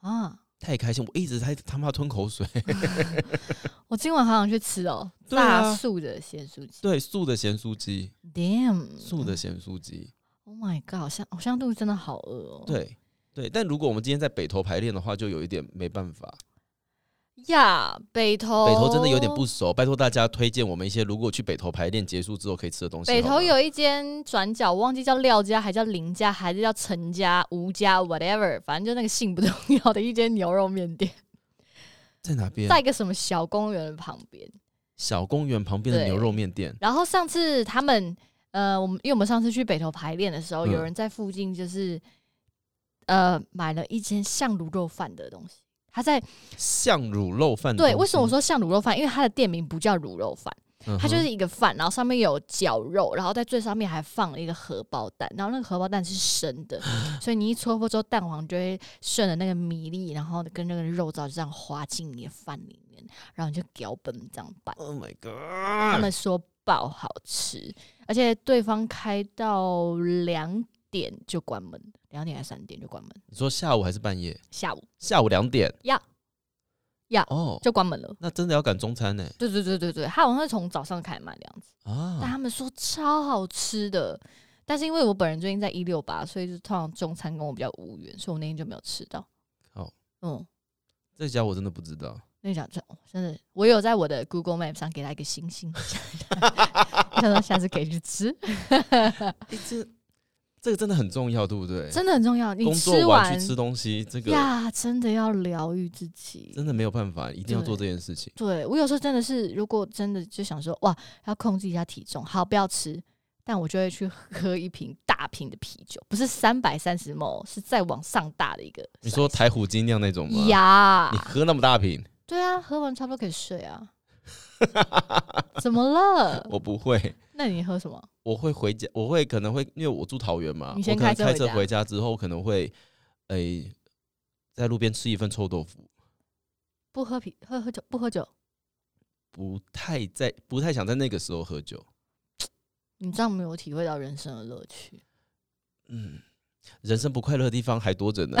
Speaker 2: 啊，
Speaker 1: 太开心，我一直在他妈吞口水。 *laughs*
Speaker 2: 我今晚好想去吃哦，
Speaker 1: 对啊
Speaker 2: 炸素的咸酥鸡。
Speaker 1: 对，素的咸酥鸡，
Speaker 2: Damn，
Speaker 1: 素的咸酥鸡。
Speaker 2: ，Oh my god，像我现在肚子真的好饿哦。
Speaker 1: 对对，但如果我们今天在北投排练的话，就有一点没办法。
Speaker 2: 呀北投
Speaker 1: 北投真的有点不熟，拜托大家推荐我们一些，如果去北投排练结束之后可以吃的东西。
Speaker 2: 北
Speaker 1: 好
Speaker 2: 头
Speaker 1: 吗
Speaker 2: 有一间转角，我忘记叫廖家，还叫林家，还是叫陈家、吴家，whatever，反正就那个姓不重 *laughs* 要的一间牛肉面店，
Speaker 1: 在哪边？
Speaker 2: 在一个什么小公园的旁边。
Speaker 1: 小公园旁边的
Speaker 2: 对
Speaker 1: 牛肉面店。
Speaker 2: 然后上次他们，呃，我们因为我们上次去北头排练的时候，
Speaker 1: 嗯
Speaker 2: 有人在附近就是，呃，买了一间像卤肉饭的东西。他在
Speaker 1: 像卤肉饭的
Speaker 2: 对，
Speaker 1: 东
Speaker 2: 为什么我
Speaker 1: 西？
Speaker 2: 说像卤肉饭？因为它的店名不叫卤肉饭。
Speaker 1: 嗯哼
Speaker 2: 它就是一个饭，然后上面有绞肉，然后在最上面还放了一个荷包蛋，然后那个荷包蛋是生
Speaker 1: *laughs*
Speaker 2: 的，所以你一戳破之后，蛋黄就会顺着那个米粒，然后跟那个肉燥就这样滑进你的饭里面，然后你就搅拌这样拌。
Speaker 1: Oh my
Speaker 2: 他
Speaker 1: god！
Speaker 2: 们说爆好吃，而且对方开到两点就关门，两点还是三点就关门，
Speaker 1: 你说下午还是半夜？
Speaker 2: 下午
Speaker 1: 下午两点。
Speaker 2: 呀呀
Speaker 1: 哦，
Speaker 2: 就关门了。
Speaker 1: 那真的要赶中餐呢
Speaker 2: 对对对对对，他好像是从早上开始卖的样子。
Speaker 1: 啊！
Speaker 2: 但他们说超好吃的。但是因为我本人最近在一六八，所以就通常中餐跟我比较无缘，所以我那天就没有吃到。
Speaker 1: 好，
Speaker 2: 嗯，
Speaker 1: 这家我真的不知
Speaker 2: *laughs*
Speaker 1: 道。
Speaker 2: 那讲真，真的，我有在我的 Google Map 上给他一个星 *laughs* 星，想说下次可以去吃，哎
Speaker 1: 欸、这这个真的很重要，对不对？
Speaker 2: 真的很重要。你
Speaker 1: 工
Speaker 2: 吃
Speaker 1: 作完
Speaker 2: 完
Speaker 1: 去吃东西，这个
Speaker 2: 呀，真的要疗愈自己。
Speaker 1: 真的没有办法，一定要
Speaker 2: 对
Speaker 1: 做这件事情。
Speaker 2: 对我有时候真的是，如果真的就想说哇，要控制一下体重，好不要吃，但我就会去 *laughs* 喝一瓶大瓶的啤酒，不是三百三十 ml，是再往上大的一个 size。
Speaker 1: 你说台虎精酿那种吗？
Speaker 2: 呀
Speaker 1: 啊你，喝那么大瓶，
Speaker 2: 对啊，喝完差不多可以睡
Speaker 1: *laughs*
Speaker 2: 啊。怎么了？
Speaker 1: 我不会，
Speaker 2: 那你喝什么？
Speaker 1: 我会回家，我会可能会，因为我住桃园嘛，
Speaker 2: 你
Speaker 1: 我
Speaker 2: 先
Speaker 1: 可能
Speaker 2: 开车
Speaker 1: 开
Speaker 2: 回
Speaker 1: 车
Speaker 2: 家
Speaker 1: 回家之后，我可能会，诶、在路边吃一份臭豆腐，
Speaker 2: 不喝啤，喝喝酒，不喝酒。
Speaker 1: 不太在，不太想在那个时候喝酒。
Speaker 2: 你这样没有体会到人生的乐趣。
Speaker 1: 嗯，人生不快乐的地方还多
Speaker 2: *laughs*
Speaker 1: 着呢。
Speaker 2: *laughs*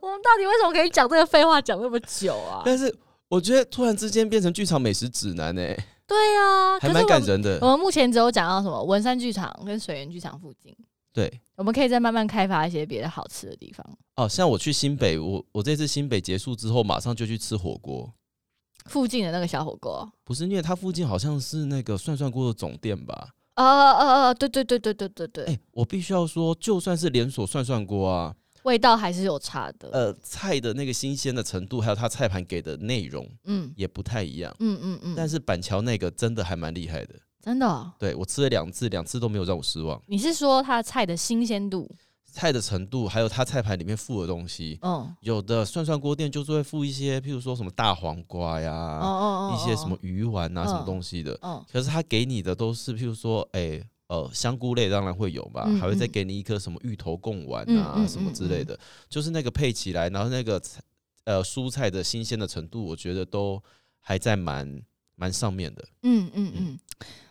Speaker 2: 我们到底为什么可以讲这个废话讲那么久啊？
Speaker 1: 但是我觉得突然之间变成剧场美食指南呢、欸
Speaker 2: 对啊，可
Speaker 1: 还
Speaker 2: 是
Speaker 1: 蛮感
Speaker 2: 我
Speaker 1: 人的
Speaker 2: 我。们目前只有讲到什么文山剧场跟水源剧场附近，
Speaker 1: 对，
Speaker 2: 我们可以再慢慢开发一些别的好吃的地方。
Speaker 1: 哦，像我去新北，我我这次新北结束之后，马上就去吃火锅。
Speaker 2: 附近的那个小火锅，
Speaker 1: 不是因为它附近好像是那个涮涮锅的总店吧？
Speaker 2: 呃呃呃，对对对对对对对，
Speaker 1: 哎、我必须要说，就算是连锁涮涮锅啊，
Speaker 2: 味道还是有差的。
Speaker 1: 呃，菜的那个新鲜的程度，还有它菜盘给的内容
Speaker 2: 嗯
Speaker 1: 也不太一样。
Speaker 2: 嗯嗯嗯，
Speaker 1: 但是板桥那个真的还蛮厉害的，
Speaker 2: 真的哦、
Speaker 1: 对我吃了两次，两次都没有让我失望。
Speaker 2: 你是说它的菜的新鲜度？
Speaker 1: 菜的程度，还有它菜盘里面附的东西，
Speaker 2: 嗯，
Speaker 1: 有的涮涮锅店就是会附一些，譬如说什么大黄瓜呀，
Speaker 2: 哦哦哦，
Speaker 1: 啊一些什么
Speaker 2: 哦，
Speaker 1: 鱼丸啊，
Speaker 2: 嗯
Speaker 1: 什么东西的。
Speaker 2: 哦
Speaker 1: 可是他给你的都是，譬如说，哎、呃，香菇类当然会有吧，
Speaker 2: 嗯
Speaker 1: 还会再
Speaker 2: 嗯
Speaker 1: 给你一颗什么芋头贡丸
Speaker 2: 嗯
Speaker 1: 啊，
Speaker 2: 嗯
Speaker 1: 什么
Speaker 2: 嗯
Speaker 1: 之类
Speaker 2: 嗯
Speaker 1: 的，就是那个配起来，然后那个菜呃蔬菜的新鲜的程度，我觉得都还在蛮蛮上面的。
Speaker 2: 嗯嗯嗯，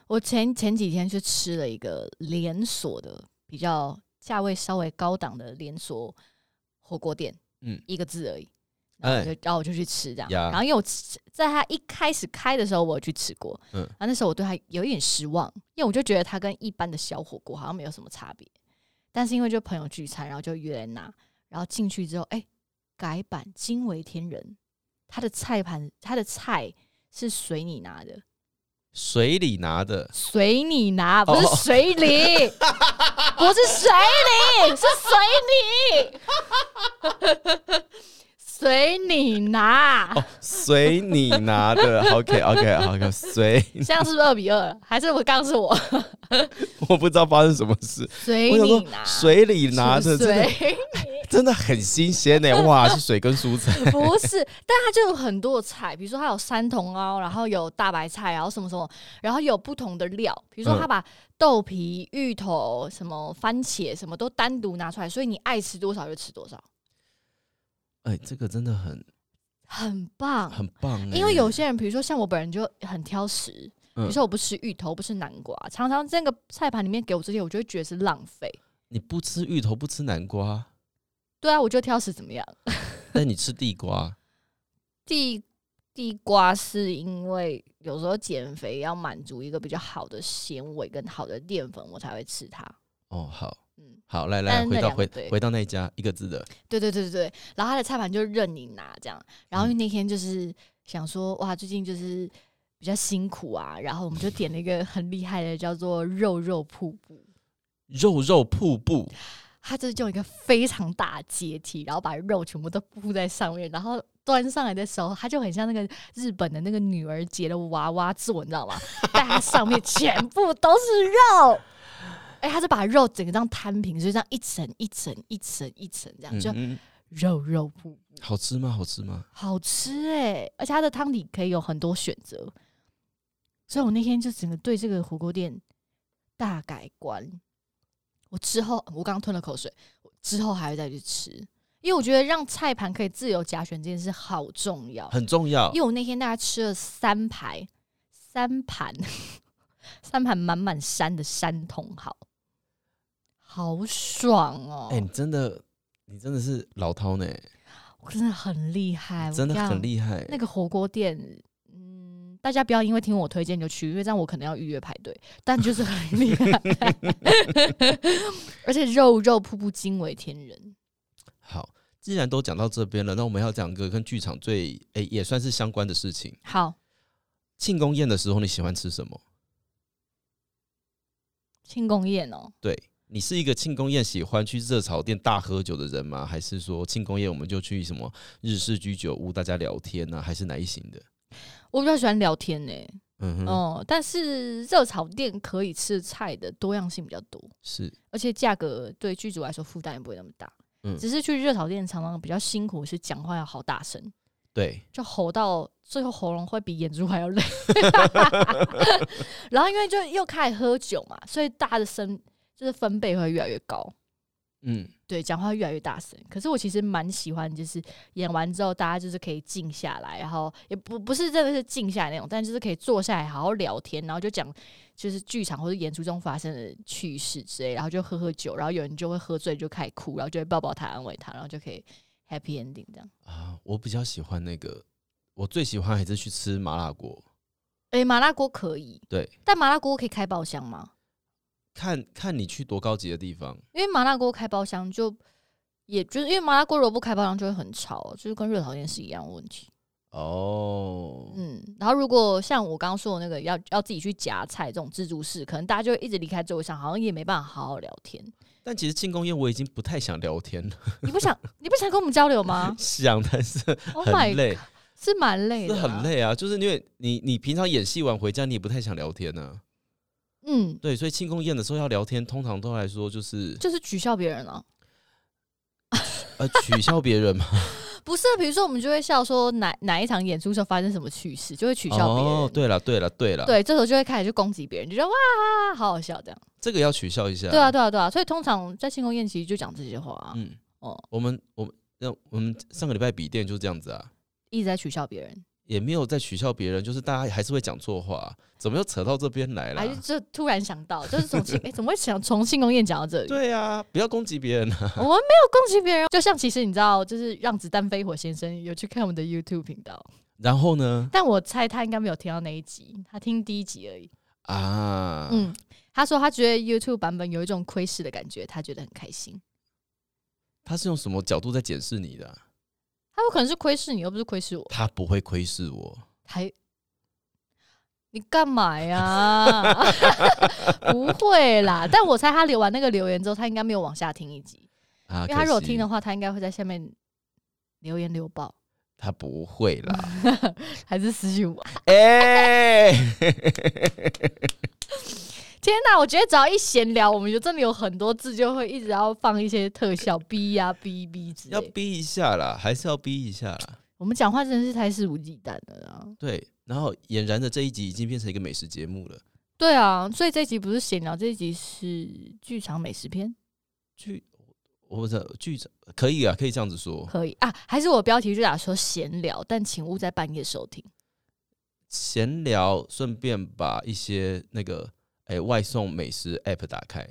Speaker 2: 我前前几天去吃了一个连锁的，比较价位稍微高档的连锁火锅店，
Speaker 1: 嗯哎
Speaker 2: 一个字而已。然后我就、然后我就去吃这样，
Speaker 1: 呀
Speaker 2: 然后因为我吃在它一开始开的时候，我有去吃过，
Speaker 1: 嗯
Speaker 2: 然后那时候我对它有一点失望，因为我就觉得它跟一般的小火锅好像没有什么差别，但是因为就朋友聚餐，然后就约来拿，然后进去之后，哎、改版惊为天人，它的菜盘它的菜是随你拿的，
Speaker 1: 水里拿的，
Speaker 2: 随你拿，不是
Speaker 1: 哦
Speaker 2: 水 *laughs* 里，不是水里，是随你， *laughs* 随你拿，
Speaker 1: 随你拿的。OK
Speaker 2: *laughs*
Speaker 1: OK OK，随， *laughs*
Speaker 2: 这样是不是二比二？还是我刚刚是我
Speaker 1: 我不知道发生什么事。
Speaker 2: 随
Speaker 1: 我想
Speaker 2: 你
Speaker 1: 说
Speaker 2: 拿，，
Speaker 1: 水里拿的真的
Speaker 2: 水
Speaker 1: 真的很新鲜呢、哇，是水跟蔬
Speaker 2: *laughs*
Speaker 1: 菜。
Speaker 2: 不是，但它就有很多菜，比如说它有三桶凹，然后有大白菜，然后什么什么，然后有不同的料，比如说它把豆皮、芋头、什么番茄什么都单独拿出来，所以你爱吃多少就吃多少，
Speaker 1: 哎、这个真的很
Speaker 2: 很棒，
Speaker 1: 很棒、欸，
Speaker 2: 啊因为有些人，比如说像我本人就很挑食，比如说我不吃芋头，不吃南瓜，常常这个菜盘里面给我这些，我就会觉得是浪费。
Speaker 1: 你不吃芋头，不吃南瓜，
Speaker 2: 对啊，我就挑食怎么样？
Speaker 1: 但你吃地
Speaker 2: *laughs*
Speaker 1: 瓜，
Speaker 2: 地地瓜是因为有时候减肥要满足一个比较好的纤维跟好的淀粉，我才会吃它。
Speaker 1: 哦，好
Speaker 2: 嗯，
Speaker 1: 好，来来，
Speaker 2: 但
Speaker 1: 回
Speaker 2: 那
Speaker 1: 到
Speaker 2: 两个
Speaker 1: 回
Speaker 2: 对
Speaker 1: 回到那一家一个字的，
Speaker 2: 对对对对对。然后它的菜盘就任你拿这样。然后那天就是想说，哇，最近就是比较辛苦啊，然后我们就点了一个很厉害的，叫做肉肉瀑布。
Speaker 1: 肉肉瀑布，
Speaker 2: 它就是用一个非常大的阶梯，然后把肉全部都铺在上面，然后端上来的时候，它就很像那个日本的那个女儿节的娃娃座，你知道吗？但它上面全部都是肉。哎、它是把肉整个这样摊平，就这样一层一层一层一层这样，
Speaker 1: 嗯
Speaker 2: 就
Speaker 1: 嗯，
Speaker 2: 肉肉瀑布，
Speaker 1: 好吃吗？好吃吗？
Speaker 2: 好吃哎、而且它的汤底可以有很多选择，所以我那天就整个对这个火锅店大改观。我之后我刚刚吞了口水，我之后还会再去吃，因为我觉得让菜盘可以自由加选这件事好重要。
Speaker 1: 很重要
Speaker 2: 哦因为我那天大概吃了三排、三盘、 *laughs* 三盘满满山的山茼蒿，好爽哦！
Speaker 1: 哎、你真的，你真的是老饕呢，
Speaker 2: 我真的很厉害，
Speaker 1: 真的
Speaker 2: 哎我跟你
Speaker 1: 很
Speaker 2: 讲
Speaker 1: 厉害。
Speaker 2: 那个火锅店，嗯，大家不要因为听我推荐就去，因为这样我可能要预约排队。但就是
Speaker 1: *laughs*
Speaker 2: 很厉害，而且肉肉瀑布惊为天人。
Speaker 1: 好，既然都讲到这边了，那我们要讲个跟剧场最哎、也算是相关的事情。
Speaker 2: 好，
Speaker 1: 庆功宴的时候，你喜欢吃什么？
Speaker 2: 庆功宴哦，
Speaker 1: 对你是一个庆功宴喜欢去热炒店大喝酒的人吗？还是说庆功宴我们就去什么日式居酒屋大家聊天啊呢、还是哪一型的？
Speaker 2: 我比较喜欢聊天呢、
Speaker 1: 嗯哼，
Speaker 2: 哦、但是热炒店可以吃菜的多样性比较多，
Speaker 1: 是
Speaker 2: 而且价格对剧组来说负担也不会那么大。
Speaker 1: 嗯
Speaker 2: 只是去热炒店常常比较辛苦，是讲话要好大声，
Speaker 1: 对，
Speaker 2: 就吼到最后喉咙会比演出还要累。 *laughs* 然后因为就又开始喝酒嘛，所以大家的声就是分贝会越来越高，
Speaker 1: 嗯，
Speaker 2: 对，讲话越来越大声。可是我其实蛮喜欢，就是演完之后大家就是可以静下来，然后也不不是真的是静下来那种，但就是可以坐下来好好聊天，然后就讲就是剧场或者演出中发生的趣事之类，然后就喝喝酒，然后有人就会喝醉就开始哭，然后就会抱抱他安慰他，然后就可以 happy ending 这样。
Speaker 1: 啊，我比较喜欢那个，我最喜欢还是去吃麻辣锅。
Speaker 2: 哎、哎、麻辣锅可以，
Speaker 1: 对，
Speaker 2: 但麻辣锅可以开包厢吗？
Speaker 1: 看看你去多高级的地方，
Speaker 2: 因为麻辣锅开包厢就，也就是因为麻辣锅如果不开包厢就会很吵，哦就是跟热炒店是一样的问题。
Speaker 1: 哦，
Speaker 2: 嗯，然后如果像我刚刚说的那个要要自己去夹菜这种自助式，可能大家就会一直离开座位上，好像也没办法好好聊天。
Speaker 1: 但其实庆功宴我已经不太想聊天了， *laughs*
Speaker 2: 你不想你不想跟我们交流吗
Speaker 1: 想但是
Speaker 2: ？Oh
Speaker 1: 很
Speaker 2: my，
Speaker 1: 累，
Speaker 2: 是蛮累
Speaker 1: 是
Speaker 2: 的、
Speaker 1: 很。累啊。就是因为你你平常演戏完回家，你也不太想聊天呢、啊
Speaker 2: 嗯，
Speaker 1: 对，所以庆功宴的时候要聊天，通常都来说就是
Speaker 2: 就是取笑别人了、啊
Speaker 1: 呃取笑别人嘛，
Speaker 2: 不是，啊比如说我们就会笑说哪哪一场演出时候发生什么趣事，就会取笑别人。啊
Speaker 1: 哦，对了对了对了，
Speaker 2: 对，这时候就会开始去攻击别人，就觉得哇，好好笑这样。
Speaker 1: 这个要取笑一下。
Speaker 2: 对啊，，对啊，对啊。所以通常在庆功宴其实就讲这些话、啊，
Speaker 1: 嗯，
Speaker 2: 哦，
Speaker 1: 我们我们那我们上个礼拜笔电就这样子啊，
Speaker 2: 一直在取笑别人，
Speaker 1: 也没有在取笑别人，就是大家还是会讲错话，怎么又扯到这边来
Speaker 2: 还是
Speaker 1: 了？啊
Speaker 2: 就突然想到，就是从 *laughs* 庆，哎、怎么会想从庆功宴讲到这里？
Speaker 1: 对啊，不要攻击别人啊！
Speaker 2: 我们没有攻击别人，哦就像其实你知道，就是让子弹飞火先生有去看我们的 YouTube 频道，
Speaker 1: 然后呢？
Speaker 2: 但我猜他应该没有听到那一集，他听第一集而已。
Speaker 1: 啊，
Speaker 2: 嗯，他说他觉得 YouTube 版本有一种窥视的感觉，他觉得很开心。
Speaker 1: 他是用什么角度在检视你的啊、
Speaker 2: 他有可能是窥视你，又不是窥视我，
Speaker 1: 他不会窥视我，
Speaker 2: 还。你干嘛呀？ *laughs* 不会啦，但我猜他留完那个留言之后，他应该没有往下听一集，
Speaker 1: 啊，
Speaker 2: 因为他
Speaker 1: 可
Speaker 2: 如果
Speaker 1: 惜
Speaker 2: 听的话，他应该会在下面留言留爆， *laughs*
Speaker 1: 他不会啦。
Speaker 2: 还是私信我。 *laughs*
Speaker 1: 哎、
Speaker 2: 天哪！我觉得只要一闲聊，我们就真的有很多字就会一直要放一些特效 B 呀、B B 之类
Speaker 1: 要
Speaker 2: 的。
Speaker 1: 逼一下啦，还是要逼一下啦。
Speaker 2: 我们讲话真的是太肆无忌惮了啊！
Speaker 1: 对，然后俨然的这一集已经变成一个美食节目了。
Speaker 2: 对啊，所以这集不是闲聊，这集是剧场美食篇，
Speaker 1: 剧，我不知道剧场可以啊，可以这样子说。
Speaker 2: 可以啊？还是我标题就打说闲聊，但请勿在半夜收听。
Speaker 1: 闲聊，顺便把一些那个哎、外送美食 app 打
Speaker 2: *laughs*
Speaker 1: 开。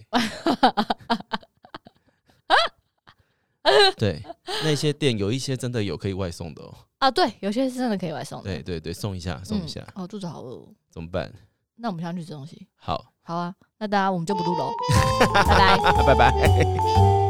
Speaker 1: 对，那些店有一些真的有可以外送的哦。
Speaker 2: 啊，对，有些是真的可以外送的，
Speaker 1: 对对对，送一下送一下，
Speaker 2: 嗯。哦，肚子好饿、哦，
Speaker 1: 怎么办？
Speaker 2: 那我们先去吃东西。
Speaker 1: 好，
Speaker 2: 哦
Speaker 1: *laughs*
Speaker 2: 好啊，那大家我们就不录喽，拜
Speaker 1: 拜
Speaker 2: 拜。
Speaker 1: 拜。